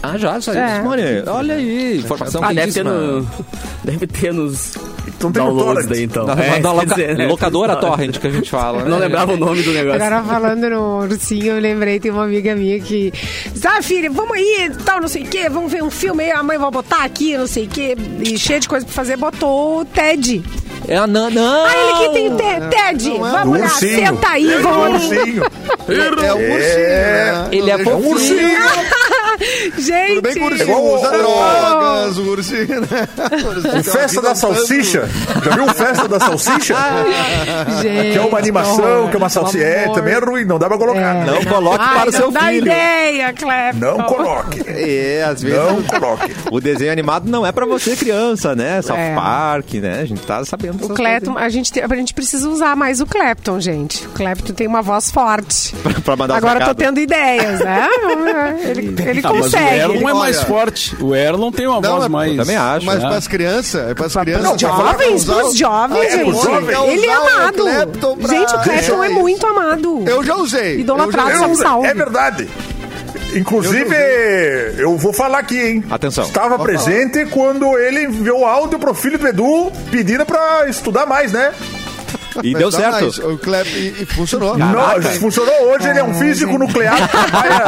Ah, já saiu.
É.
Olha, olha aí, informação
Ah, deve ter,
quentíssima.
no, deve ter nos
Então tem o
downloads
torrent.
daí, então.
Da,
É,
da
quer
loca-
dizer, né?
locadora torrent que a gente fala.
Não
né?
lembrava o nome do negócio.
Agora falando no ursinho, eu lembrei, tem uma amiga minha que. diz, Ah, filha, vamos aí, tal, não sei o quê, vamos ver um filme aí, a mãe vai botar aqui, não sei o quê, e cheia de coisa pra fazer, botou o Ted.
É a Nan. Não!
Ah, ele que tem o Te- Ted!
não é.
Vamos lá,
um Ursinho.
senta aí,
É, do
vamos.
ursinho.
É o ursinho.
É,
né?
Ele é
Não deixa-
É um ursinho.
Tudo bem que o
Gente!
ursinho
Igual
usa
o-
drogas, o ursinho, né? O ursinho tem uma
Festa
vida
da
um tanto-
Salsicha. Já viu Festa da Salsicha?
gente
Que é uma animação,
horror.
que é uma salsicha. É,
Amor.
também é ruim, não dá pra colocar.
Não coloque
Ai,
para o
não
seu
dá
filho.
ideia, Clef.
Não coloque.
É, às vezes.
Não coloque.
O desenho animado não é pra você, criança, né? South
É.
Park, né? A gente tá sabendo.
O
dessas
Clepton,
coisas
a gente, te- a gente precisa usar mais o Clepton, gente. O Clepton tem uma voz forte.
aí. pra mandar os
Agora eu tô
recados.
tendo ideias, né? Vamos ver. Ele, ele
Ah, mas o
consegue.
Erlon é mais
Olha.
forte. O Erlon tem uma
Não,
voz
mas-
mais.
Eu também acho. Ah.
Mas
né?
para as crianças, é para as crianças.
Não, jovens,
Usar o-
pros jovens,
Ah, é, pros
gente.
jovens.
Ele é
Usar o
amado.
Clapton pra-
Gente, o Clepton é,
É,
muito amado.
Eu já usei.
Idolatrado
Eu já
são
Eu-
usei.
salve.
É verdade.
Eu
Inclusive,
não
eu vou falar aqui, hein?
Atenção.
Estava
Pode
presente quando ele enviou áudio pro filho do Edu pedindo pra estudar mais, né?
E deu
Mas dá mais.
certo.
O Clap e, e funcionou.
Não, funcionou hoje, ele é um físico nuclear que trabalha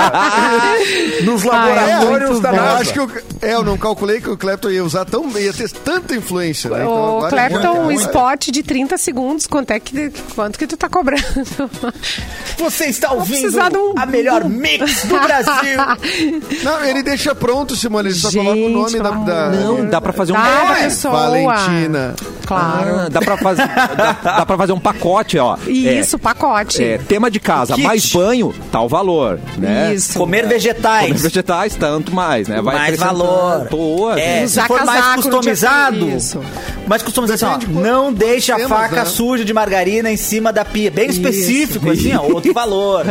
nos laboratórios
Ah, é muito
da
bom.
É, Eu
NASA.
acho que eu, é, eu não calculei que o Clapton ia usar tão ia ter tanta influência. Né? Então,
O
agora-
Clepton, um
agora-
spot de 30 segundos. Quanto, é que, quanto que tu tá cobrando?
Você está ouvindo
precisar de um-
a melhor
de um-
mix do Brasil.
Não, ele deixa pronto, Simone. Ele só
Gente, ah,
coloca o nome da.
pelo
da-
Não, dá pra fazer um.
Dá pra
É,
pessoa.
Valentina.
Claro.
Ah, dá, pra fazer, dá, dá pra fazer um pacote, ó.
E
É,
isso, pacote.
É, tema de casa,
Kit.
mais banho, tal valor, né?
Isso.
Comer vegetais.
Vegetais, tanto mais, né? Vai
mais
acrescentando. né?
valor.
Boa,
é,
gente.
se for mais
casaco no dia
customizado,
seguinte, isso.
mais customizado assim,
Depende
ó,
de
não deixa a
temas,
faca
né?
suja de margarina em cima da pia, bem específico assim, ó, outro valor.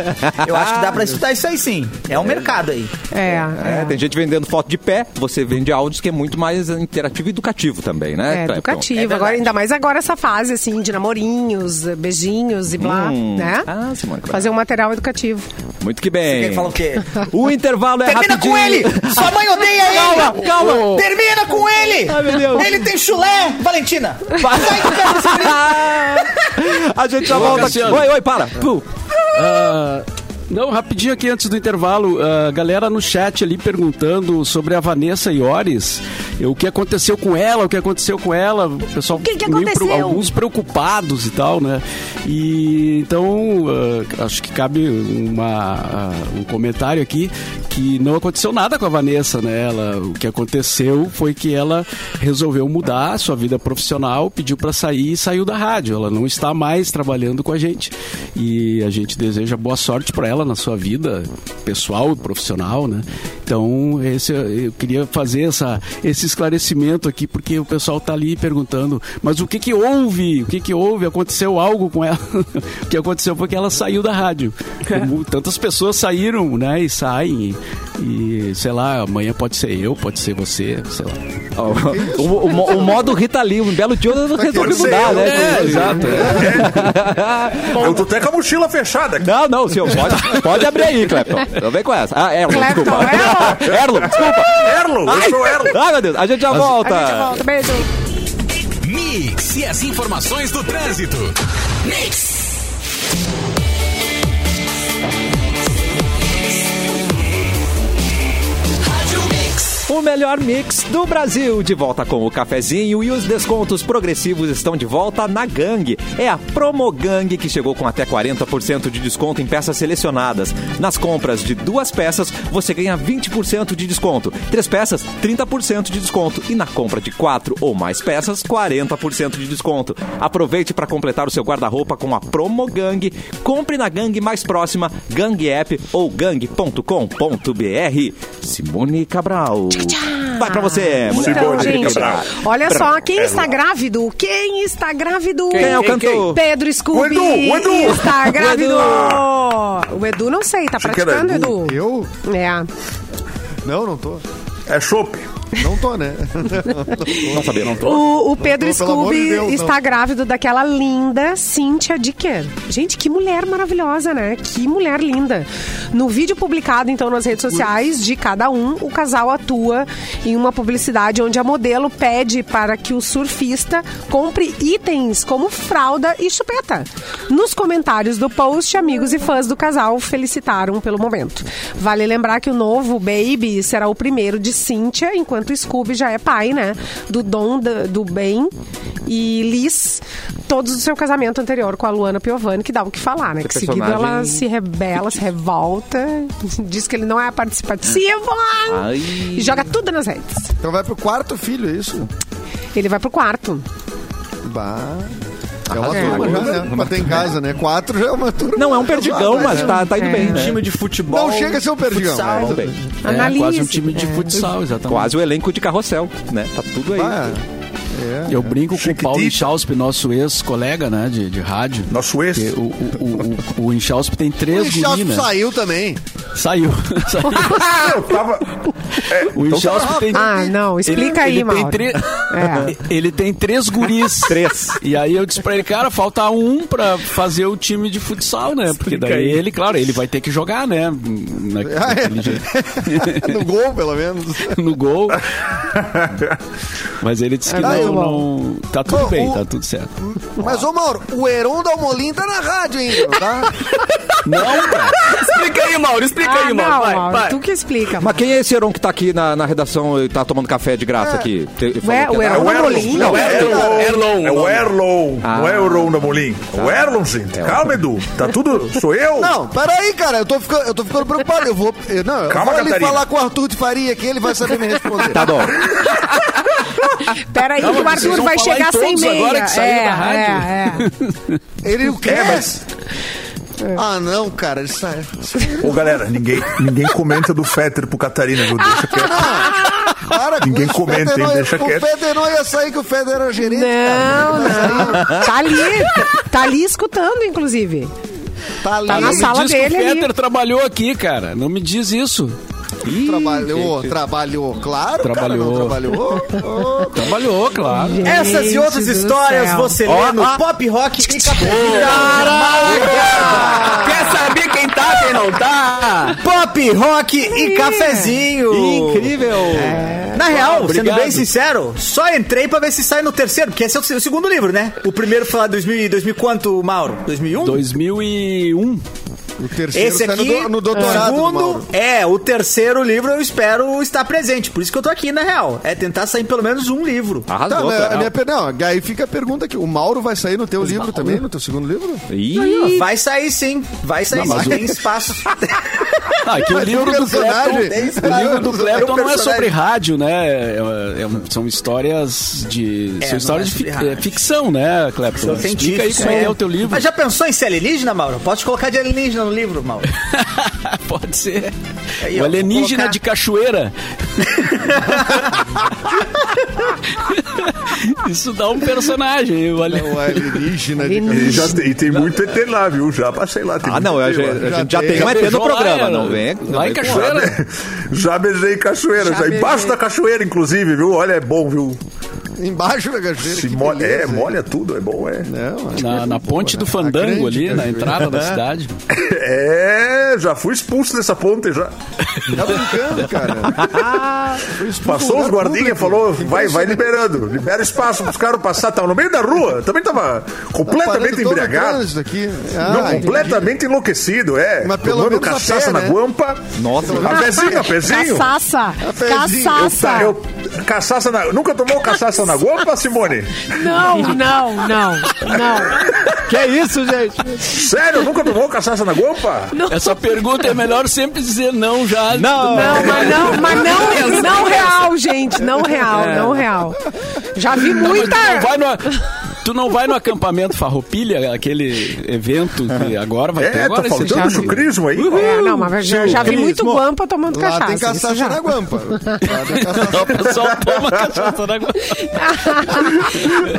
Eu acho que dá pra estudar isso aí sim. É um mercado aí.
É,
É,
é.
tem gente vendendo foto de pé, você vende áudios que é muito mais interativo e educativo também, né?
É,
Clepton?
educativo.
verdade.
agora, ainda mais agora essa fase, assim, de namorinhos, beijinhos e blá,
Hum.
né?
Ah, Simone, claro.
Fazer um material educativo.
Muito que
Quem
bem.
fala o quê?
O intervalo é
Termina
rapidinho.
com ele! Sua mãe odeia ele!
Calma, calma.
Termina com ele!
meu Deus.
Ele tem chulé! Valentina!
A gente já
Ô,
volta aqui.
Cassiano.
Oi, oi, para. Pum.
Ah, não, rapidinho aqui antes do intervalo, a galera no chat ali perguntando sobre a Vanessa Iores, eh, o que aconteceu com ela, o que aconteceu com ela, o pessoal
que que
meio
aconteceu?
alguns preocupados e tal, né? E então ah, acho que cabe uma, ah, um comentário aqui que não aconteceu nada com a Vanessa, né? Ela, o que aconteceu foi que ela resolveu mudar a sua vida profissional, pediu pra sair e saiu da rádio. Ela não está mais trabalhando com a gente. E a gente deseja boa sorte pra ela na sua vida pessoal e profissional, né? Então, esse, eu queria fazer essa, esse esclarecimento aqui, porque o pessoal tá ali perguntando, mas o que que houve? O que que houve? Aconteceu algo com ela? o que aconteceu foi que ela saiu da rádio. Como tantas pessoas saíram, né, e saem, e, e, sei lá, amanhã pode ser eu, pode ser você, sei lá.
Ó, o, o, mo- o modo Rita Lee, um belo dia eu resolvi
ser
mudar,
eu,
né?
né?
Exato. é.
Eu tô até com a mochila fechada aqui.
Não, não, senhor, pode, pode abrir aí, Clepton. Não vem com essa. Ah, Erlon,
Clepton,
desculpa. Erlon, desculpa.
Erlo, eu sou Erlo.
Ai, meu Deus, a gente já volta.
A gente volta, beijo.
Mix e as informações do trânsito.
O melhor mix do Brasil, de volta com o cafezinho e os descontos progressivos estão de volta na Gang. É a Promo Gang que chegou com até 40% de desconto em peças selecionadas. Nas compras de duas peças, você ganha 20% de desconto. Três peças, 30% de desconto. E na compra de quatro ou mais peças, 40% de desconto. Aproveite para completar o seu guarda-roupa com a Promo Gang. Compre na Gang mais próxima, Gang App ou gang.com.br. Simone Cabral. Vai pra
É
você, mulher.
Então,
Simone
gente,
Cabral.
olha só,
É
quem está grávido? Quem está grávido?
Quem é o cantor?
Pedro Scooby
O Edu, o Edu.
está grávido.
O
O Edu não sei, tá
Achei que era
praticando, Edu?
Eu?
É.
Não, não tô.
É chopp.
Não tô, né?
Não sabia, não tô.
O, o Pedro
Não, pelo amor
Scooby
de Deus, não.
está grávido daquela linda Cíntia Dicker. Gente, que mulher maravilhosa, né? Que mulher linda. No vídeo publicado, então, nas redes sociais de cada um, o casal atua em uma publicidade onde a modelo pede para que o surfista compre itens como fralda e chupeta. Tá. Nos comentários do post, amigos e fãs do casal felicitaram pelo momento. Vale lembrar que o novo Baby será o primeiro de Cíntia, enquanto Scooby já é pai, né? Do Dom da- do Bem e Liz, todos do seu casamento anterior com a Luana Piovani, que dá o que falar, né? Que seguido
personagem-
ela se rebela, se revolta, diz que ele não é participativo
Ai.
e joga tudo nas redes.
Então vai pro quarto filho, é isso?
Ele vai pro quarto.
Bah. É uma
É,
turma já, né? Pra ter em casa, né? Quatro já é uma turma.
Não, é um perdigão,
Né?
mas tá, tá indo bem, né?
de futebol.
Não chega a ser um perdigão.
futsal.
mas-
Tudo bem.
É,
Analise.
quase um time de
É.
futsal, exatamente.
Quase o elenco de carrossel, né? Tá tudo aí.
Bah, Ah, é.
Eu brinco com o Paulo
Chiquitita.
Inchausp, nosso ex-colega, né, de, de rádio.
Nosso ex.
Que O, o, o, o, o Inchausp tem
O
três
Inchausp
gurinas.
saiu também.
Saiu. Saiu.
Eu tava. É,
O
então
Inchausp
tá-
tem...
Ah, não, explica aí,
ele
Mauro.
tem tre-
É.
Ele tem três guris.
Três.
E aí eu disse pra ele, cara, falta um pra fazer o time de futsal, né? Porque daí
aí.
ele, claro, ele vai ter que jogar, né? Na, naquele jeito.
No gol, pelo menos.
no gol. Mas ele
É,
disse que
Ah, eu-
não, não. Tá tudo
Bom,
bem,
o-
tá tudo certo.
Mas, ô Mauro, o Heron Dalmolin tá na rádio ainda, não tá?
Não, cara.
Explica aí, Mauro, explica
Ah,
aí,
não,
Mauro. vai,
Mauro,
vai.
tu que explica.
Mas quem é esse Heron que tá aqui na, na redação e tá tomando café de graça aqui? Te- falou
Ué,
que
o
é-
É
Heron
o
da
Erlon.
Molinho?
Não, é
Erlon, Erlon,
É o
Erlon.
Erlon. Não é o Erlon da Molim. O Erlon, gente.
É o-
Calma, Edu. Tá tudo. Sou eu?
Não, peraí, cara, eu tô ficando, eu tô ficando preocupado. Eu vou. eu- não, eu
Calma,
vou ali
Catarina.
falar com o Arthur de Faria que ele vai saber me responder.
Tá bom.
Pera aí, que o
vocês
Arthur
vão
vai
falar
chegar
em
sem
todos
meia.
agora que saiu
é,
da rádio.
é, é.
Ele o quê?
É, mas.
Ah, não, cara, ele sai.
Ô, galera, ninguém, ninguém comenta do Fetter pro Catarina, viu? Deixa quieto.
Para com
Ninguém
isso,
comenta, hein?
Federer-
Deixa
O
quieto. Né?
Feder não ia sair que o Feder era gerente.
Não, não. Tá ali. Tá ali escutando, inclusive.
Tá ali,
Tá na
Ah, não me
ele
sala
diz
dele
que o
ali.
Peter trabalhou aqui, cara. Não me diz isso.
trabalhou, trabalhou, claro, cara,
Trabalhou.
não trabalhou. Ô,
Trabalhou, claro.
Essas e outras
Gente do
histórias
céu.
você lê no Pop Rock e
Quer saber quem tá, quem não tá?
Pop Rock e
Ah,
Cafezinho.
é Incrível.
Na real,
obrigado.
sendo bem sincero, só entrei pra ver se sai no terceiro, porque esse é o se- o segundo livro, né? O primeiro foi lá em 2000, e 2000 quanto, Mauro? 2001?
2001.
o terceiro
Esse
tá
aqui,
no, do- no
o
doutorado. do
segundo,
Mauro.
é, o terceiro livro eu espero estar presente. Por isso que eu tô aqui, na real. É tentar sair pelo menos um livro.
Tá,
Arrasou,
mas a
cara.
minha per- não, aí fica a pergunta aqui. O Mauro vai sair no teu livro também, no teu segundo livro?
Ih,
Vai sair sim, vai sair
Não, mas
sim,
o-
tem espaço.
Ah, que o
Mas
livro
tem um
do Clapton,
personagem.
o livro do Clapton não é
um personagem.
sobre rádio, né? É- é- é- são histórias de.
É,
são histórias
não é
de
sobre
fi-
rádio.
é, ficção, né, Clapton? Explica aí como Então, é que é o teu livro.
Mas já pensou em ser alienígena, Mauro? Pode colocar de alienígena no no livro, Mauro.
Pode ser.
Aí,
o
ó,
alienígena
vou colocar-
de cachoeira. Isso dá um personagem. O alien...
O É um alienígena de
E, já tem, e tem muito ET lá, viu? Já passei lá. Tem
Ah,
muito
é
não, a
ET
gente
lá.
a
já
gente já
tem.
tem um
Já
ET no
beijou lá,
programa,
é,
não vem? não
lá em
vem com-
Cachoeira. né?
Já beijei cachoeira, já, embaixo da cachoeira, inclusive, viu? Olha, é bom, viu?
Embaixo da cachoeira.
Se
que
molha, é,
beleza.
molha tudo, é bom, é.
Não, acho que
Na,
é
na
boa,
ponte
né?
do
A
Fandango
grande
ali, na
cachoeira.
entrada da cidade.
É, já fui expulso dessa ponte já.
Tá brincando, cara.
Passou os guardinhas, falou, vai, vai liberando, libera espaço pros caras passar. Tava no meio da rua, também tava completamente embriagado.
Aqui.
Não,
Ah,
completamente enlouquecido, é.
Mas pelo
Tomando
menos a
cachaça
pé,
na
né?
guampa.
Nossa,
A pezinho, a pezinho. Tá,
Caçaça.
pezinho.
Caçaça.
Eu, caçaça na, nunca tomou caçaça na guampa, Simone?
Não, não, não, não.
que é isso, gente?
Sério, nunca tomou caçaça na guampa?
Essa pergunta é melhor sempre dizer não já.
Não,
Não, mas não, mas não, não real, gente. Não real, não real. Já vi
Mas
muita.
Tu não, vai no, tu não vai no acampamento Farroupilha, aquele evento que agora vai ter
É,
agora
tá
esse
faltando
ano.
chucrismo aí.
É, não, mas já, já vi
Cris,
muito
mo-
guampa tomando
Lá tem
cachaça. isso
caçar
já.
na guampa. Lá tem caçar
O pessoal toma cachaça na guampa.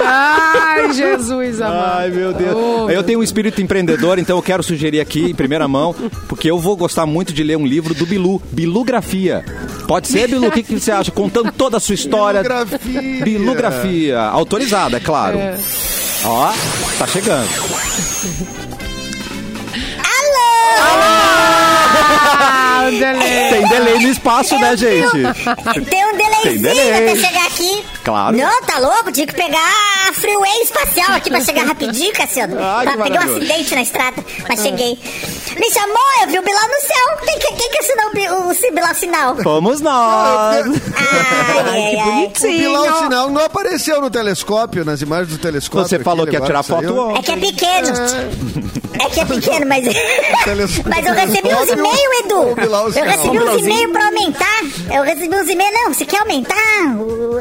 Ai, Jesus, amado.
Ai, meu Deus.
Oh,
eu tenho um espírito empreendedor, então eu quero sugerir aqui, em primeira mão, porque eu vou gostar muito de ler um livro do Bilu, Bilografia. Pode ser, Bilu? O que, que você acha? Contando toda a sua história.
Bilografia.
Bilografia. Autorizada, é claro. Ó, tá chegando.
Ah, delícia.
Tem delay no espaço, né, gente?
Tem um
Tem
delayzinho
delay.
até chegar aqui.
Claro.
Não, tá louco? Tinha que pegar a freeway espacial aqui pra chegar rapidinho, Cassiano.
Ai, que
Ah, peguei um
maravilhoso.
acidente na estrada, mas cheguei. Me chamou, eu vi o Bilal no céu. Quem, que- quem que assinou o, Bi- o, si- Bilal Sinal?
Fomos nós.
Ai, ai, ai.
O Bilal Sinal não apareceu no telescópio, nas imagens do telescópio.
Você falou
aquele
que ia tirar
agora
foto
saiu.
É
ontem.
que é pequeno. É que é pequeno, mas.
telescópio.
mas eu recebi uns e-mails,
O
Edu.
Bilal
Eu
Sinal.
recebi um uns e-mails pra aumentar. Eu recebi uns e-mails, não, você quer aumentar?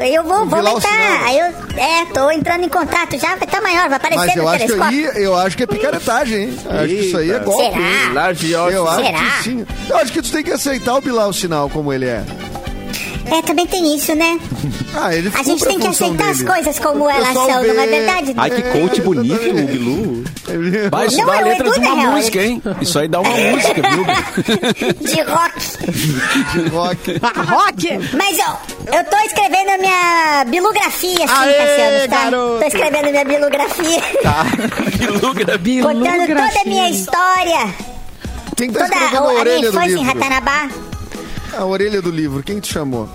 Eu vou, vou
Bilal
aumentar.
Sinal.
Aí eu. É, tô entrando em contato já, vai estar maior, vai aparecer
Mas
no
eu acho, que
um telescópio.
aí, eu acho que é picaretagem, hein? Acho que isso aí é golpe.
Será?
hein?
Large
Eu acho
Será?
que sim. Eu acho que tu tem que aceitar o Bilal Sinal como ele é.
É, também tem isso, né?
Ah, ele
A gente
cumpre
tem que
função
aceitar as
dele.
coisas como
O
elas
pessoal
são, não
vê-
é verdade?
Ai, que coach bonito, o Bilu.
Ele-
Vai, isso
Não,
dá a
é o
letra
Edu,
de uma
na real, tá
música, hein? É. Isso aí dá uma música, viu?
De rock.
Rock.
Rock!
Mas ó, eu tô escrevendo a minha bilografia, assim,
Aê,
Cassiano, tá?
garoto.
Tô escrevendo a minha bilografia,
Tá.
Bilugra.
contando toda a minha
Bilografia.
história,
Quem tá
toda
escrevendo
a,
a
a minha
orelha do
infância em
livro?
Ratanabá.
A orelha do livro, quem te chamou?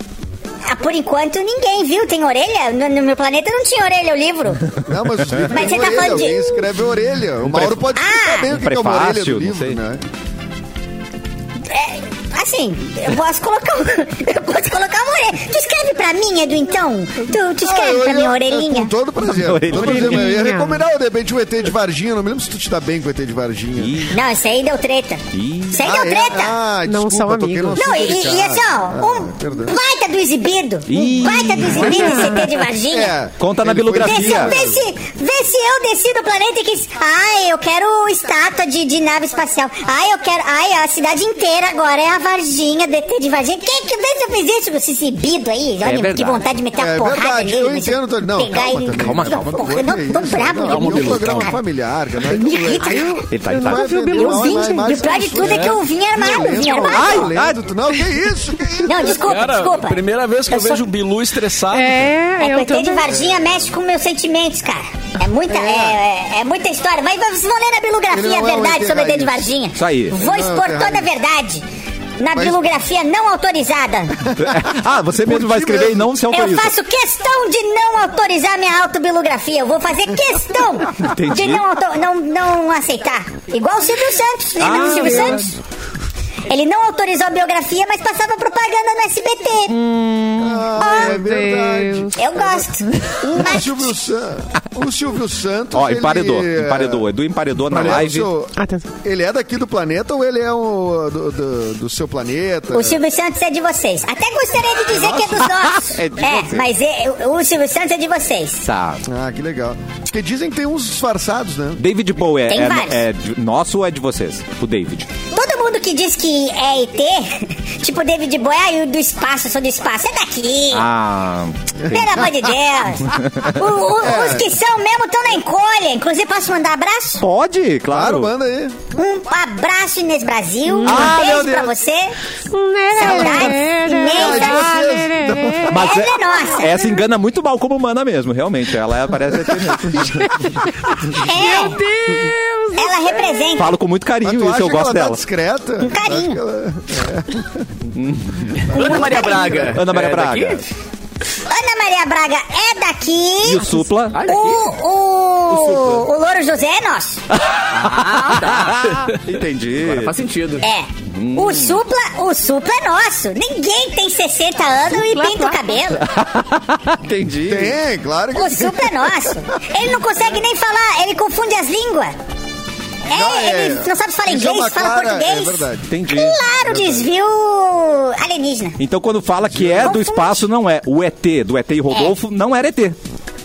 Ah, por enquanto ninguém viu, tem orelha? No, no meu planeta não tinha orelha o livro.
Não, mas os livros
Mas
têm
você tá
orelha,
falando de-
alguém escreve orelha. O Mauro pode explicar bem o que que é uma orelha
prefácio,
do
não
livro,
sei.
né?
É, assim, eu posso colocar um- Eu posso colocar uma orelha. Tu escreve pra mim, Edu, então? Tu, tu
Ah,
escreve
eu
pra
ia-
minha
Com
orelhinha?
todo prazer.
Orelhinha.
Todo prazer, mas eu ia
Orelhinha.
recomendar, de repente, o ET de Varginha. Não me lembro se tu te dá bem com o ET de Varginha.
Não, isso aí deu treta. Isso aí deu
é?
treta.
Ah,
Não
desculpa,
são
toquei no
amigos.
Não,
assunto
e,
dele.
e assim, ó,
Ah,
um
perdão.
baita do exibido.
Ih.
Um baita do exibido esse ET de Varginha.
Conta na
ele foi-
Vê se,
bilografia.
vê, se, vê se eu desci do planeta e quis. Ai, eu quero estátua de, de nave espacial. Ai, eu quero. Ai, a cidade inteira agora é a Varginha, do ET de Varginha. Quem que vê se eu fiz isso com esse exibido aí? Olha,
verdade.
que vontade de meter a
É
porrada
verdade,
nele.
eu
mas
entendo, Tony. Não,
pegar
calma
ele-
também. Calma,
Porra, Eu
Não,
não tô bravo,
não,
eu
é um
tô
programa
cara.
familiar, já não
Me irrita.
Ele tá,
Eu
ele tá.
nunca vi o Bilu.
Eu vim, e o pior de tudo é que eu vim armado, vim armado.
Ai, tu não, que isso, que isso?
Não, desculpa,
Cara,
desculpa.
primeira vez que eu,
sou-
vejo o Bilu estressado.
É,
É,
eu
PT de
também.
Varginha mexe com meus sentimentos, cara. É muita, é. é- é muita história. Mas vocês vão ler na
Ele
bilografia a
não é um
verdade
ET
sobre o ET de
raiz.
Varginha.
Isso aí.
Vou
Ele não é um
expor
ET
toda a
raiz.
verdade na
Mas-
bilografia não autorizada.
Ah, você mesmo
ti
vai escrever
mesmo.
e não se
Eu
autoriza.
faço questão de não autorizar minha autobilografia. Eu vou fazer questão
Entendi.
de não, auto- não, não aceitar. Igual o Silvio Santos. Lembra
Ah,
do Silvio
verdade.
Santos? Ele não autorizou a biografia, mas passava propaganda no SBT.
Ah, é verdade.
Eu gosto.
O Silvio, San... o Silvio Santos.
Ó,
ele- é-
emparedou, emparedou. Edu emparedou na
Ele é, do
live.
seu-
Atenção.
ele é daqui do planeta ou ele é um, do, do- do seu planeta?
O Silvio Santos é de vocês. Até gostaria de dizer que é dos nossos.
É de vocês.
mas é- o Silvio Santos é de vocês.
Tá.
Ah, que legal. Porque dizem que tem uns disfarçados, né?
David Bowie é,
Tem
é-
vários.
é de- nosso ou é de vocês? O David.
Todo mundo que diz que é ET, tipo David Bowie, ah, eu do espaço, eu sou do espaço, é daqui.
Ah.
Pelo amor de Deus. O- o- Os que são mesmo estão na encolha. Inclusive, posso mandar abraço?
Pode,
Claro,
claro.
manda aí.
Um abraço, Inês Brasil.
Ah,
um
meu
beijo pra
Deus. É,
você. Saudades imensas.
Saudades.
Mas
Ela é nossa.
essa engana muito mal como humana mesmo, realmente. Ela é, parece aqui mesmo.
É,
Deus!
ela representa.
Falo com muito
Mas
carinho
tu
isso,
acha
eu
que ela
gosto
tá
dela.
discreta? Um
carinho.
Ana Maria Braga.
Ana Maria
É daqui?
Braga.
Ana Maria Braga é daqui.
E o Supla.
Ai,
O,
daqui.
o, o Louro José é nosso.
Ah, tá.
Entendi.
Agora faz sentido.
É. O Supla, o Supla é nosso. Ninguém tem 60 anos e pinta o cabelo.
Entendi.
Tem, claro que
O Supla é nosso. Ele não consegue nem falar, ele confunde as línguas. É,
Não, é-
ele não sabe se fala
Isso é
inglês,
uma
se fala
clara-
português.
É verdade.
Entendi.
Claro, desvio alienígena.
Então quando fala que é do
Confunde.
espaço, não é. O ET, do ET e Rodolfo, não era ET.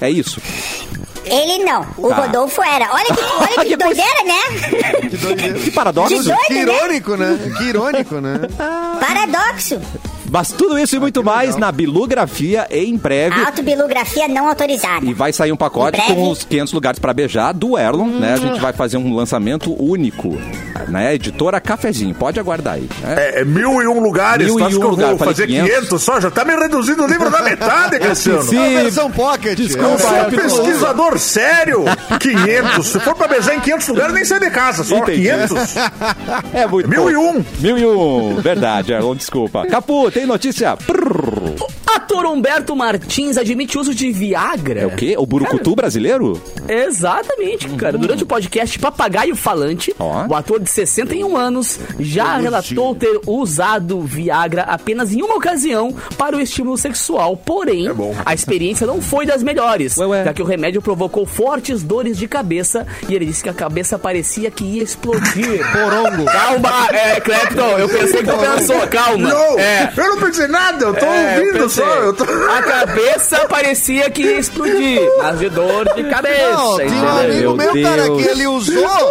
É isso.
Ele não. O
Tá.
Rodolfo era. Olha que, olha
Ah,
Que
que
coisa-
doideira, né?
Que doideira.
Que paradoxo.
De doido,
Que
né?
irônico, né? Que irônico, né?
Paradoxo.
Mas tudo isso e
Ah,
muito mais na bilografia em breve.
Ah,
Autobilografia não autorizada.
E vai sair um pacote
Em breve.
com os 500 lugares pra beijar do Erlon, né? A
Hum.
gente vai fazer um lançamento único, né? Editora Cafezinho, pode aguardar aí. né?
É, é mil e um lugares.
Mil
tu
e
acha
um
que eu
lugar,
vou
falei
fazer
500.
500. só? Já tá me reduzindo o livro da metade, Cassiano.
esqueci.
É uma
E-
versão pocket.
Desculpa,
é uma
Você é
Vai,
um
Pitu.
pesquisador sério? 500. Se for pra beijar em 500 lugares, nem sai de casa. Só
Entendi.
500.
É muito
Mil
bom.
e um.
Mil e um, verdade, Erlon, desculpa. Capu, tem notícia? Prrr.
Ator Humberto Martins admite uso de Viagra.
É o quê? O burucutu brasileiro?
Exatamente, cara. Durante o podcast Papagaio Falante,
Ó.
o ator de 61 anos já relatou ter usado Viagra apenas em uma ocasião para o estímulo sexual. Porém,
É
a experiência não foi das melhores,
Ué, ué.
já que o remédio provocou fortes dores de cabeça e ele disse que a cabeça parecia que ia explodir.
Porongo.
Calma, é, Clapton, eu pensei que tu pensou, calma.
Não,
É,
eu não pensei nada. Eu tô
é, eu
ouvindo
pensei.
só. Eu tô...
A cabeça parecia que ia explodir, mas de dor de cabeça.
Não, tinha um
entendeu?
amigo
Meu
meu, cara,
Deus.
que ele usou.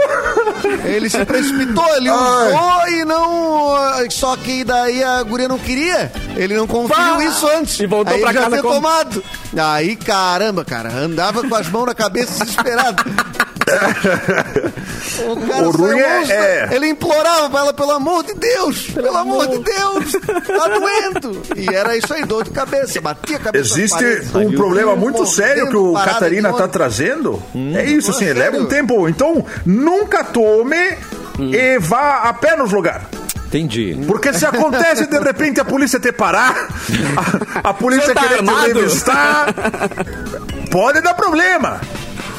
Ele se precipitou, ele usou e não. ah, Só que daí a guria não queria. Ele não conferiu
Pá!
isso antes.
E voltou
Aí
pra
ele já
casa
tinha
como?
tomado. Aí, caramba, cara, andava com as mãos na cabeça desesperado. O, cara
O ruim
saiu
é-
monstro.
é.
Ele implorava pra ela, pelo amor de Deus, pelo, amor de Deus, tá doendo. E era isso aí, dor de cabeça, batia a cabeça. na
Existe
parede.
um problema muito
Mordendo,
sério que o
parada de
Catarina tá
ônibus.
está trazendo. é isso, assim,
Sério?
leva um tempo. Então, nunca tome e vá a pé nos lugares.
Entendi.
Porque se acontece de repente a polícia te parar, a, a polícia
Você tá
querer
armado?
te entrevistar, pode dar problema.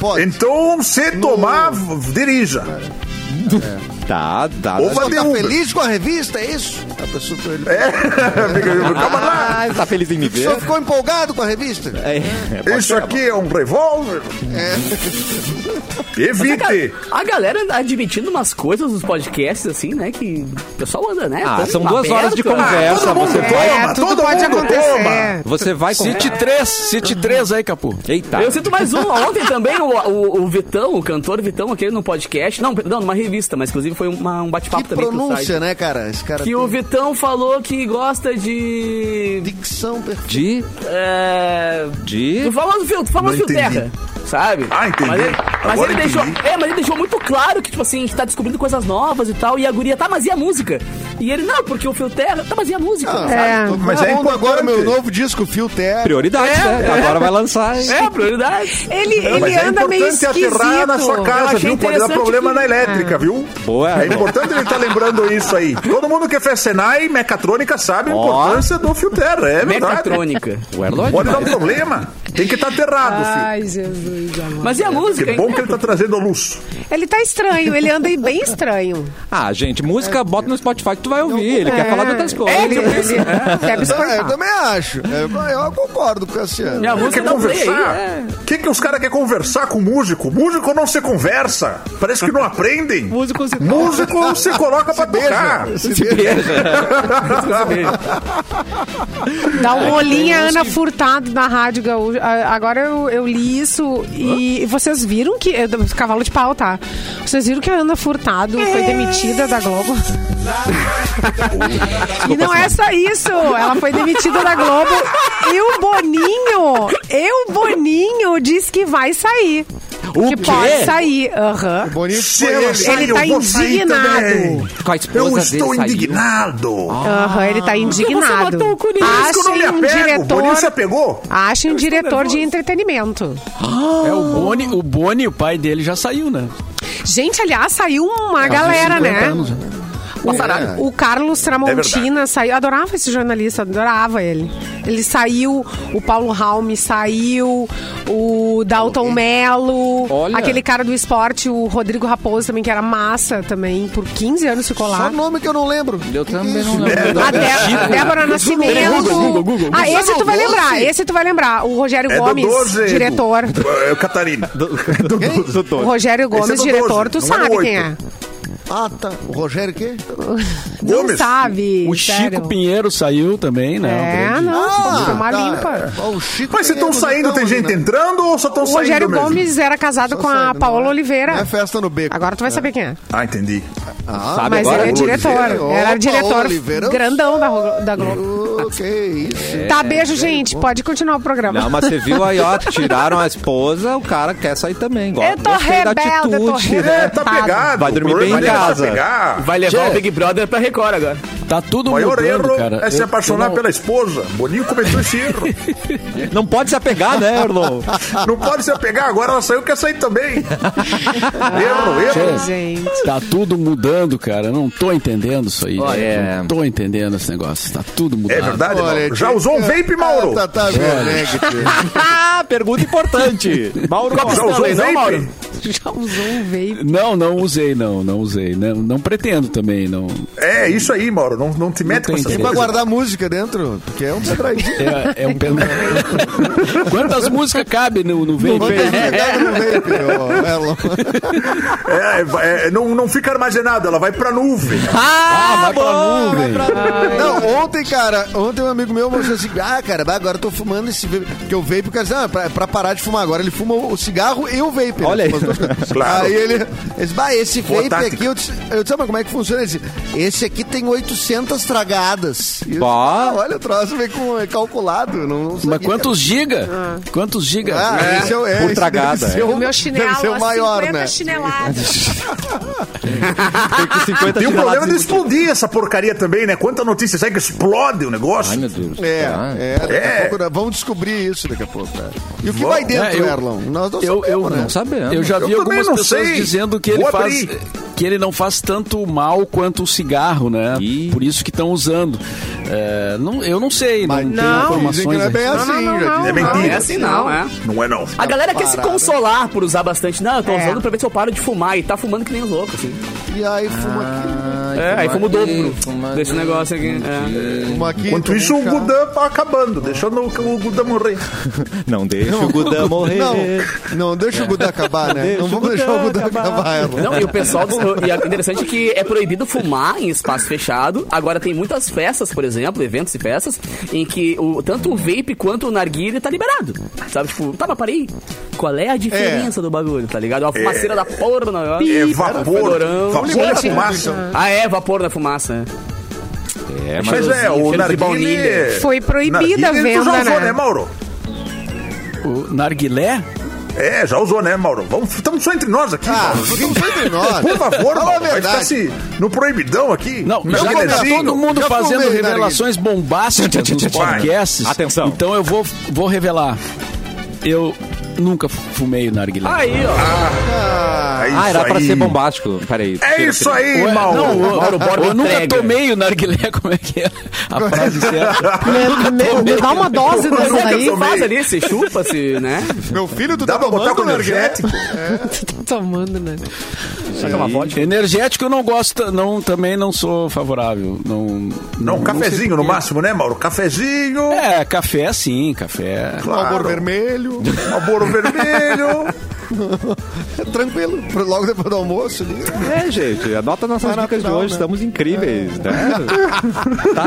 Pode.
Então, se tomar, v- dirija.
Tá, tá.
Ou vai-
Você tá
Uber.
feliz com a revista, é isso? A pessoa tá olhando.
Calma lá.
Ah, tá feliz em me ver?
É.
Só ficou empolgado com a revista?
É, pode
Isso
ser,
aqui é um revólver. Evite.
A galera tá admitindo umas coisas nos podcasts, assim, né? Que o pessoal anda, né?
Ah,
todo
são duas
aberto,
horas de
né?
conversa,
todo mundo
você
é.
vai-
É,
Ah, Toma,
tudo
todo
pode
mundo
acontecer.
Você vai com... É.
Cite três, cite três aí, Capu.
Eita.
Eu sinto mais um. Ontem também o, o, o Vitão, o cantor Vitão, aquele no podcast. Não, perdão, numa revista, mas inclusive foi uma- um bate-papo
Que
também pro
pronúncia,
site.
né, cara? Esse cara
Que
tem
o Vitão falou que gosta de.
dicção perfeita.
De...
É.
De...
Do famoso fio, do famoso
Não
fio terra. Sabe?
Ah, entendi.
Mas ele, mas
Agora
ele deixou.
entendi.
É, mas ele deixou muito claro que, tipo assim, que tá descobrindo coisas novas e tal. E a guria, tá, mas e a música? E ele, não, porque o fio terra, tá, mas e a música?
É.
Tô
Mas
na
é
onda
importante.
agora meu novo disco Fio Terra.
Prioridade,
É.
né? Agora vai lançar. hein?
É, prioridade.
Ele,
Mas
ele
é
anda meio
importante
esquisito.
aterrar na sua
Eu
casa,
achei
viu? Pode dar
interessante
problema
que-
na elétrica.
Ah.
mecatrônica, viu?
Boa.
É importante ele estar lembrando isso aí. Todo mundo que fez Senai, mecatrônica, sabe a
Ó.
importância do fio terra. É verdade.
Mecatrônica.
O é Erlod,
Pode dar um
mas-
problema. Tem que estar aterrado, filho.
Ai, Jesus amado.
Mas e a música,
Que
hein?
bom que ele tá trazendo a luz.
Ele tá estranho, ele anda aí bem estranho.
Ah, gente, música bota no Spotify que tu vai ouvir.
É.
Ele quer falar de outras coisas.
Ele, é ele deve
É, eu
exportar.
também acho. É, eu concordo com o Cassiano.
E a
Quer
música da Play
conversar?
aí, é.
O que, que os caras querem conversar com o músico? Músico não se conversa. Parece que não aprendem.
Músico se-
Músico se coloca pra tocar.
Se beija.
Dá
É
um olhinho a Ana Furtado na Rádio Gaúcha. A- Agora eu, eu li isso e vocês viram que. eu- Cavalo de pau, tá? Vocês viram que a Ana Furtado foi demitida da Globo? E não
assim?
é só isso, ela foi demitida da Globo. E o Boninho, e o Boninho diz que vai sair.
O
que
quê?
pode sair. Aham.
Bonito
Se
foi
ela
ele.
sair,
Ele
eu
tá
vou sair
indignado.
também.
Com a
Eu
esposa
estou
dele saiu.
indignado.
Aham, ele
Ah.
tá indignado.
matou o Corinthians?
Por isso que eu não me
Achem um
apego. O Boninho se
diretor.
apegou.
Achem um diretor de entretenimento.
É o Boni, o Boni, o pai dele já saiu, né?
Gente, aliás, saiu
É,
uma galera,
50
né?
anos já.
O, o Carlos Tramontina saiu. Adorava esse jornalista, adorava ele. Ele saiu, o Paulo Raume saiu, o Dalton Mello,
Olha.
aquele cara do esporte, o Rodrigo Raposo também, que era massa também, por 15 anos ficou
Só
lá.
nome que é eu não lembro.
Eu também não
A
é
Dé- Débora Nascimento.
Google, Google,
Ah, esse tu vai
Não,
lembrar,
doze.
esse tu vai lembrar. O Rogério
É do
Gomes,
12, Edu.
diretor.
É o Catarina.
O Rogério
Esse é do
Gomes,
12,
diretor, tu
não é
sabe
do
quem é.
oito.
Ah, tá. O Rogério o quê?
Não
Gomes.
sabe.
O
sério.
Chico Pinheiro saiu também, né?
É,
Um grande-
não,
Ah,
tomar
tá.
limpa.
Ó, o Chico
Mas se estão
Pinheiro,
saindo,
então,
tem gente
né?
entrando ou só estão
O
saindo
Rogério
mesmo?
Gomes era casado com
saindo,
a
não
Paola
é?
Oliveira.
Não é festa no beco.
Agora tu vai saber quem é.
Ah, entendi.
Ah,
Sabe
Mas
agora?
ele é
Paola
diretor.
Oliveira.
Era
Ó,
diretor
Paola Oliveira, eu
grandão da, Ro- da Globo.
Ô, que isso.
Tá, beijo, gente. Pode continuar o programa.
Não, mas você viu aí, ó, tiraram a esposa, o cara quer sair também. Gosta-
Eu tô
Gostei da
rebelde, eu tô
atitude,
rebelde.
né?
É, tá
Tá.
pegado.
Vai dormir
O
bem em
problema dele é
casa.
Tá pegar.
Vai levar o Big Brother pra Record agora.
Tá tudo
O maior
mudando,
erro
cara.
é se
Eu- eu
apaixonar
não-
pela esposa. Boninho cometeu esse erro.
Não pode se apegar, né, Erlon?
Não pode se apegar, agora ela saiu, quer sair também. erro,
Ai,
erro.
gente.
Tá tudo mudando, cara. Eu não tô entendendo isso aí.
Olha,
gente.
é.
Não tô entendendo esse negócio. Tá tudo mudando.
É verdade, Mauro.
Olha,
Já
gente,
usou um
é-
vape, Mauro?
Ah, tá, tá, Werneck.
Ah, pergunta importante. Mauro
Já usou um vape?
Já usou um vape.
Não, não usei, não, não usei. Não, não pretendo também, não.
É, isso aí, Mauro. Não, não te mete
tô
com essas
E
entendendo.
pra
coisas.
guardar música dentro, porque é um pedraidinho.
É, é um pelo. Quantas músicas cabe no, no
Quantas
vape?
pegadas no vape, ó, Elon?
É, é, não, não fica armazenado, ela vai pra nuvem.
Ah, vai
Pra
bom.
nuvem.
Não, ontem, cara, ontem um amigo meu mostrou assim, ah, cara, bah, agora eu tô fumando esse vape. Porque o vape, o cara disse, ah, pra, pra parar de fumar agora, ele fuma o cigarro e o vape. né?
Olha aí.
As duas coisas.
Claro.
Aí ele, ele disse, bah, esse
Boa
vape
tática.
aqui, eu disse, eu disse, ah, mas como é que funciona? Ele disse, esse aqui tem 800 tragadas. E eu disse,
Bah.
"Ah, olha, o troço vem com, é calculado, não, não
Mas
sabia,
quantos giga? Quantos giga?
cara. Ah, esse é, o- é,
Por
esse
tragada,
deve ser
é.
o-
O meu chinelo, assim,
deve ser o
as
maior,
50
né?
chineladas.
Tem que 50
Tem um problema de
toneladas de-
explodir essa porcaria também, né? Quanta notícia sai que explode o negócio.
Ai, meu Deus.
É,
Ah.
é, daqui
É.
a pouco, nós vamos descobrir isso daqui a pouco. cara. E o que
Vamos.
vai dentro,
É, eu-
Erlon? Nós não
Eu, eu,
sabemos, né?
não sabemos.
eu já vi
Eu também
algumas
não
pessoas
sei.
dizendo que ele
Vou
faz
abrir.
que ele não faz tanto mal quanto o cigarro, né?
Ih.
Por isso que estão usando. É, não, eu não sei, Ah, não, tenho
Não.
Dizem que
informações.
não é
aí.
bem assim,
Não, não, não,
já
não.
dizem.
É
Não,
mentira.
é assim não, é.
Não é não.
A galera quer se
parada.
consolar por usar bastante. Não, eu tô
É.
usando pra ver se eu paro de fumar. E tá fumando que nem louco, assim.
E aí fuma aqui. né?
É, aí fuma o dobro desse negócio aqui. É.
Fuma aqui
Enquanto
toma
isso,
um
o
chá.
Gudam tá acabando, deixando o, o Gudam morrer.
Não deixa o Gudã morrer. É,
Não, não, deixa o Gudá acabar, né?
Deixa
não
o
vamos
Gudá
deixar o Gudá
acabar.
acabar, Erlon.
Não, e o pessoal. do- e é interessante que é proibido fumar em espaço fechado. Agora tem muitas festas, por exemplo, eventos e festas, em que o, tanto o vape quanto o narguilha tá liberado. Sabe, tipo, tá, mas parei. Qual é a diferença do bagulho, tá ligado? Uma fumaceira da porra do negócio.
É vapor.
fedorão.
Vapor da
Gente,
fumaça.
Ah, é, vapor da fumaça. né?
É,
Mas é,
Cheirozinho,
o
cheiro de baunilha.
narguilé...
Foi proibida a
Narguilé tu já
venda,
usou,
né?
né, Mauro?
O narguilé?
É, já usou, né, Mauro? Vamos, estamos só entre nós aqui,
Ah,
Mauro.
não foi entre nós.
Por favor, tá
Fala a
Mauro, vai ficar
verdade.
se no proibidão aqui.
Não,
Meu
já que tá
bonezinho.
todo mundo
já
fazendo
fumei,
revelações bombásticas nos
Vai.
podcasts.
Atenção.
Então eu vou, vou revelar. Eu Nunca fumei narguilé.
Aí, ó.
Ah,
Ah, era
isso
pra
aí.
ser bombástico. Peraí.
É isso aí,
Ué,
mal.
não,
Mauro
eu,
Borba
eu nunca
entrega.
tomei o narguilé, como é que é a frase certa?
Me, me- me É, dá uma dose
Eu
dessa
nunca
daí.
tomei.
Faz ali, se chupa, se, né?
Meu filho, tu
Dá
tá
pra botar com
tomando narguilé?
energético?
Tô Tomando, né?
Saca uma vodka.
Energético eu não gosto, não, também não sou favorável. Não,
Não, cafezinho no máximo, né, Mauro? Cafezinho,
sei. É, café sim, café.
Labor
claro.
vermelho.
Malboro vermelho.
Tranquilo. Logo depois do almoço. ali.
É, gente, anota nossas
Tá
dicas de
natural,
hoje,
né? É.
estamos incríveis, né?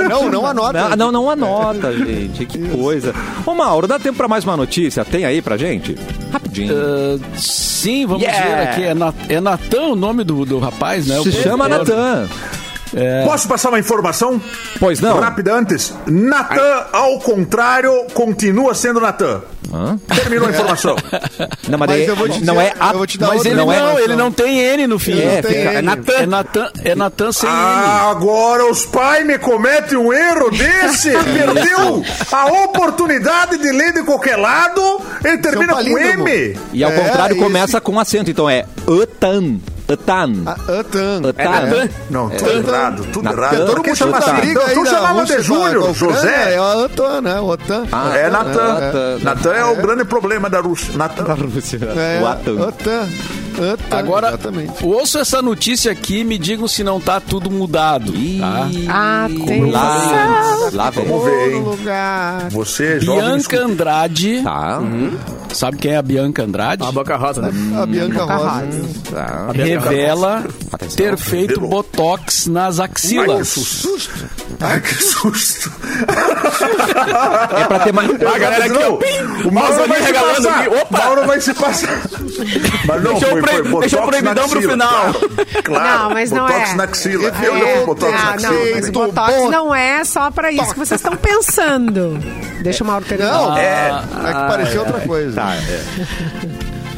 Não, não anota.
Não, não, não anota, gente, que coisa. Ô, Mauro, dá tempo pra mais uma notícia? Tem aí pra gente? Rapidinho.
Ah, sim, vamos
Yeah.
ver aqui. É, Nat, é Natan o nome do, do rapaz, né? O
Se chama
produtor.
Natan.
É.
Posso passar uma informação?
Pois não?
Rápida antes. Natan, ao contrário, continua sendo Natan. Terminou a informação.
Não, mas,
Mas
daí-
eu vou te
não
dizer-
é a...
eu vou te dar
mas
outra
Ele
ele não,
não,
é...
ele não tem N no fim.
Ele não
É,
tem
fica-
N.
é Natan. É Natan, é Natan sem
Ah, agora os pais me cometem um erro desse. Perdeu a oportunidade de ler de qualquer lado. Ele termina com
palíndromo.
M.
E ao
É,
contrário,
esse-
começa com acento, então é Otan. Otan.
Ah, Atan.
Otan.
É Natan.
Não, tudo errado, tudo
Natan.
errado.
Todo
Todo mundo
mundo
chama
chuta.
assim.
Briga aí
Todo
da
chamava de
Rússia com Tá. Então a- com a
Júlio,
Ucrânia, É
José.
o Atan, né? O Atan.
Ah,
É
Natan.
Natan. Natan é o grande problema da Rússia. Natan.
É,
O Atan.
Atan. Atan,
Agora,
Exatamente.
ouço essa notícia aqui e me digam se não tá tudo mudado. Tá?
Ah, tem.
Lá, lá vem.
Vamos ver,
Todo
hein?
lugar.
Você, jovem.
Bianca Andrade.
Tá.
Sabe quem é a Bianca Andrade?
A boca rosa, né?
A Bianca Rosa.
tá.
Revela
Atenção.
ter feito
Revelou.
botox nas
Ai, que
axilas.
susto. Ai, que susto.
É pra ter mais.
A galera aqui, ó. O Mauro vai se passar. Opa. Mauro vai se passar. Mas não,
Deixou
foi,
o pre- deixou
foi botox
o proibidão
na
pro
axila,
final.
Claro, claro.
Não, mas não
botox
é.
na axila.
É,
Eu levo botox na
ah,
axila.
não, mas
também.
o botox não é só pra isso que vocês estão pensando. Deixa o Mauro terminar.
Não, é, é que parecia outra
Ah,
coisa.
tá.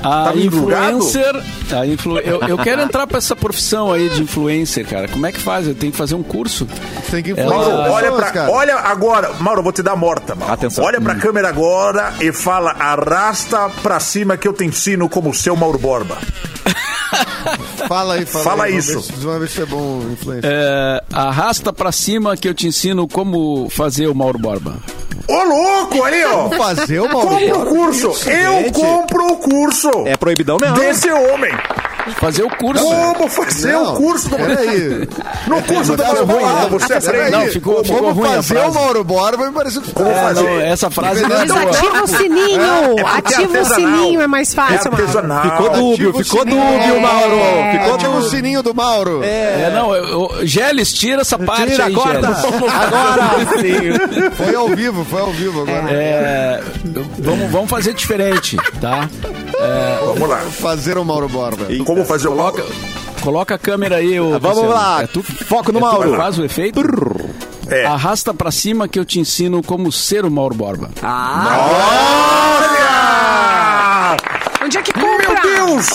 A
me enrugado?
influencer. A influ, eu, eu quero entrar pra essa profissão aí de influencer, cara. Como é que faz? Eu tenho que fazer um curso.
Tem que
Ela-
Mauro,
influenciar
olha,
pessoas,
pra,
cara.
olha agora. Mauro, eu vou te dar morta, Mauro.
Atenção.
Olha pra câmera agora e fala: arrasta pra cima que eu te ensino como ser o Mauro Borba.
Fala aí, fala,
Fala
aí,
isso.
Vamos ver, se- vamos ver se é bom influencer.
É, arrasta pra cima que eu te ensino como fazer o Mauro Borba.
Ô, louco, ali, ó.
Fazer o Mauro
Compra o
Borba.
curso. eu
gente.
compro o curso.
É proibidão mesmo.
Desse homem.
Fazer o curso.
Como fazer
Não,
o curso do.
peraí.
No curso do
Tá
Mauro
ruim,
Borba,
né?
você
Ah, peraí.
aprende.
Não, ficou-
Como
ficou ruim a
fazer
frase.
o Mauro Borba me parece que ficou
Como
É,
fazer?
não, essa frase não é
Mas
boa.
Desativa o sininho!
Então, É porque é
Ativa o
artesanal.
sininho, é mais
É
fácil, Mauro.
artesanal.
Ficou dúbio,
Ativa o
ficou
sininho.
dúbio, Mauro. Ficou
É.
Ativa o
dúbio.
tipo um sininho do Mauro.
É, não, eu, eu- Geles, tira essa parte
Tira,
aí,
corta.
Geles.
Agora.
Foi ao vivo, foi ao vivo agora.
É, vamos, vamos fazer diferente, tá?
Vamos lá.
Fazer o Mauro Borba.
Como fazer o
Coloca,
Mauro?
coloca a câmera aí, ô,
Vamos
Cristiano.
lá.
É tu, que-
Foco no
é tu que
Mauro.
Faz o efeito.
É.
Arrasta pra cima que eu te ensino como ser o Mauro Borba.
Ah,
Olha!
Onde é que
Meu
compra?
Deus!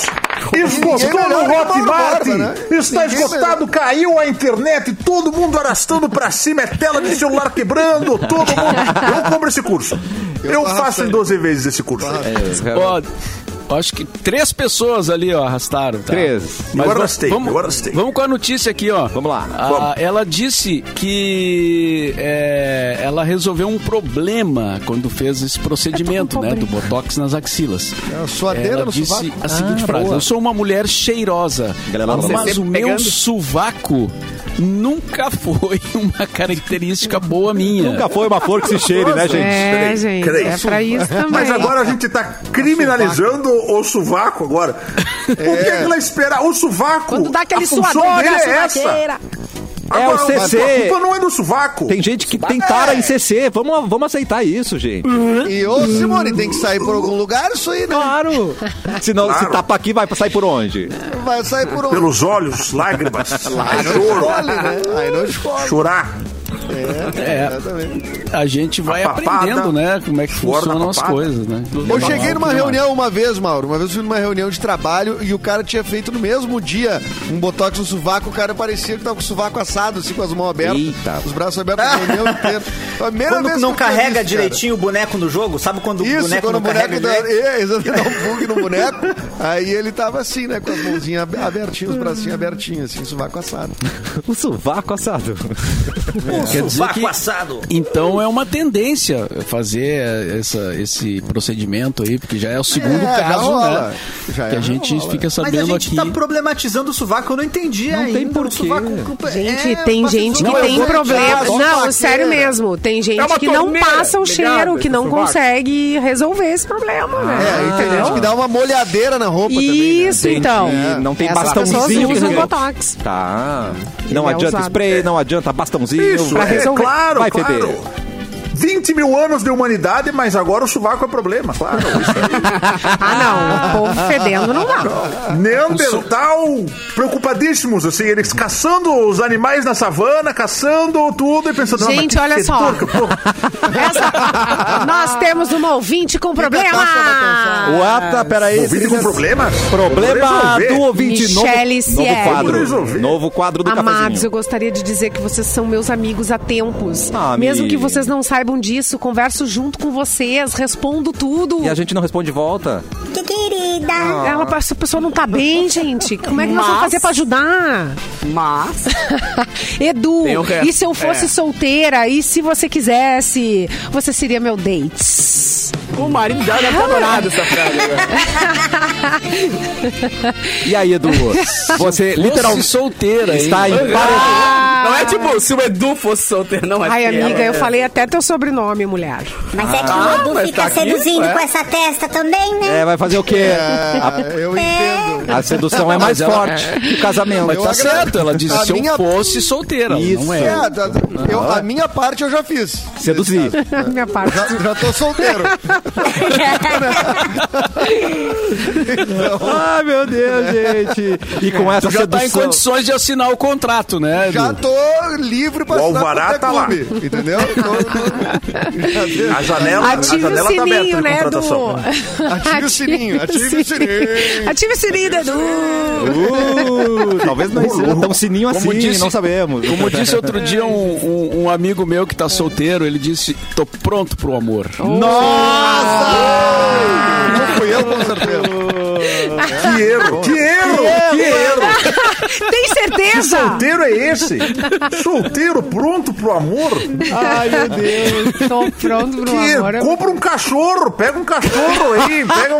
Esgotou
melhor
no
que Mauro
Hotmart!
Borba, né?
Está
Ninguém
tá esgotado, caiu a internet, todo mundo arrastando pra cima, é tela de celular quebrando, todo mundo. Eu compro esse curso. Eu,
tô
faço em
arrastando.
12 vezes esse curso.
Ó, acho que três pessoas ali, ó, arrastaram. tá?
Três.
Eu
va-
arrastei,
vamos,
eu arrastei.
Vamos com a notícia aqui, ó.
Vamos lá,
Ah,
vamos.
Ela disse que é, ela resolveu um problema quando fez esse procedimento, né? Do Botox nas axilas.
É a um suadeira
Ela
no
disse
sovaco?
a seguinte
Ah,
frase.
boa.
Eu sou uma mulher cheirosa,
Galera, ela tá
mas
sempre
o meu sovaco nunca foi uma característica boa minha.
Nunca foi uma flor que se cheire, né, gente?
É,
Peraí,
gente,
peraí.
é pra isso também.
Mas agora a gente tá criminalizando o sovaco agora. O que é que ela espera? O sovaco!
Quando dá aquele
a função
suador, né?
dele é
a
essa!
suadeira.
É o CC.
A culpa não é do sovaco!
Tem gente que tem tara em CC. Vamos, vamos aceitar isso, gente.
Hum.
E ô, Simone, tem que sair por algum lugar isso aí, né?
Claro. Se, não, se
Claro.
tapa aqui, vai sair por onde?
Vai sair por um...
Pelos olhos, lágrimas,
Aí não
choro,
escolhe, né? Aí não escolhe.
chorar.
É, a gente vai
A papada,
aprendendo, né? Como é que
fora da
funcionam as
papada.
coisas, né?
Eu cheguei numa reunião uma vez, Mauro. Uma vez eu fui numa reunião de trabalho e o cara tinha feito no mesmo dia um botox no sovaco. O cara parecia que tava com o sovaco assado, assim, com as mãos abertas.
Eita.
Os braços abertos, a reunião inteira. Foi a primeira
Quando
vez
não
que eu fiz
carrega
isso, cara.
direitinho o boneco no jogo, sabe quando o
Isso,
boneco
quando
não
o boneco
carrega
dá,
direito?
é, exato, dá um bug no boneco, aí ele tava assim, né? Com as mãozinhas ab- abertinhas, os bracinhos abertinhos, assim, sovaco assado.
O sovaco assado.
Quer
Um
dizer
sovaco
que-
assado.
Então é uma tendência fazer essa- esse procedimento aí, porque já é o segundo
É, já
caso,
rola.
né?
Já
que a
é,
gente
rola.
fica
Mas a
sabendo
gente
aqui.
tá problematizando o sovaco, eu não entendi
Não
ainda.
tem
O
porquê.
sovaco-
Gente,
é,
tem
passa
gente que
tudo.
eu
tem
vou
problemas.
tirar,
Não,
vou
sério
tirar.
mesmo. Tem gente
É uma
que não
torneira,
passa o
ligado,
cheiro, que
esse
não
sovaco. Ah,
consegue resolver esse problema, né?
É, aí tem gente que dá uma molhadeira na roupa também. né?
Isso,
né?
Entendi.
então.
Não tem
Essas pessoas
bastãozinho. que
usam
resolve.
botox.
Tá. Não
é
adianta
usado.
spray, não adianta bastãozinho.
Isso,
Vai
é,
resolver.
claro,
Vai
claro.
feder.
20 mil anos de humanidade, mas agora o sovaco é problema, claro.
Ah, não. O povo fedendo não dá.
Neandertal preocupadíssimos, assim, eles caçando os animais na savana, caçando tudo e pensando... "Ah, mas
Gente,
que
olha só.
setor que eu tô?"
Essa- Nós temos uma ouvinte com problema. Ah.
Uata, peraí.
Ouvindo com é problemas?
Problema
Vamos
do
resolver.
ouvinte novo,
Michele
novo
Sierra.
quadro.
Resolver.
Novo quadro do
Amados, eu
cafezinho.
gostaria de dizer que vocês são meus amigos há tempos.
Ah,
Mesmo que
amigo.
vocês não saibam disso, converso junto com vocês, respondo tudo.
E a gente não responde de volta.
Que querida.
Ela, essa pessoa não tá bem, gente. Como é que nós vamos
Mas-
fazer pra ajudar?
Mas.
Edu,
Tem o resto.
e se eu fosse
É.
solteira? E se você quisesse? Você seria meu date.
O marido dela deve tá adorado essa frase.
E aí, Edu? Você
Literalmente
literalmente
é
solteira, hein?
está em pare...
Não é tipo, se o Edu fosse solteiro, não é
Ai,
que
amiga,
ela-
eu falei até teu sobrenome, mulher.
Mas é que o Edu
mas
fica
tá aqui,
seduzindo
ué.
com essa testa também, né?
É, vai fazer o quê?
Ah, eu entendo.
A sedução é mais
Mas ela-
forte que o casamento.
Mas
Eu
tá
agradeço.
certo, ela disse
A
se
minha-
eu fosse solteira.
Isso.
Não
É,
é.
tá- eu- a minha parte eu já fiz.
Seduzir.
Minha parte.
Já, tá, já tô solteiro.
Ai, Ah, meu Deus, gente. E com essa
Tu já tá em
sedução.
condições de assinar o contrato, né? Edu?
Já tô livre pra
O
assinar
alvará
qualquer
tá lá.
clube, Entendeu? Então, Tô- tô-
A janela, a
Ative o
janela tá
sininho,
aberta de
né, Edu?
contratação.
Ative o sininho, ative o sininho.
Ative o sininho, Edu.
Uh, talvez não seja tão sininho assim,
disse-
não sabemos.
Como disse outro dia um, um- um amigo meu que tá solteiro, ele disse: tô pronto pro amor.
Não fui eu, com certeza.
Que erro, que erro, que erro.
Tem certeza?
Solteiro é esse? Solteiro pronto pro amor?
Ai, meu Deus.
Tô pronto pro
Que
amor.
compra um cachorro, pega um cachorro aí, pega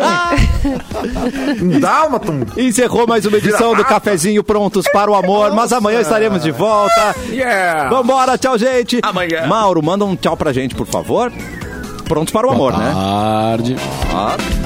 um. Um dálmata, um
Encerrou mais uma edição do Cafezinho Prontos para o Amor, mas amanhã estaremos de volta.
é.
Ah.
Yeah!
Vambora, tchau, gente.
Amanhã.
Mauro, manda um tchau pra gente, por favor. Prontos para o amor, né?
Tarde.
Claro.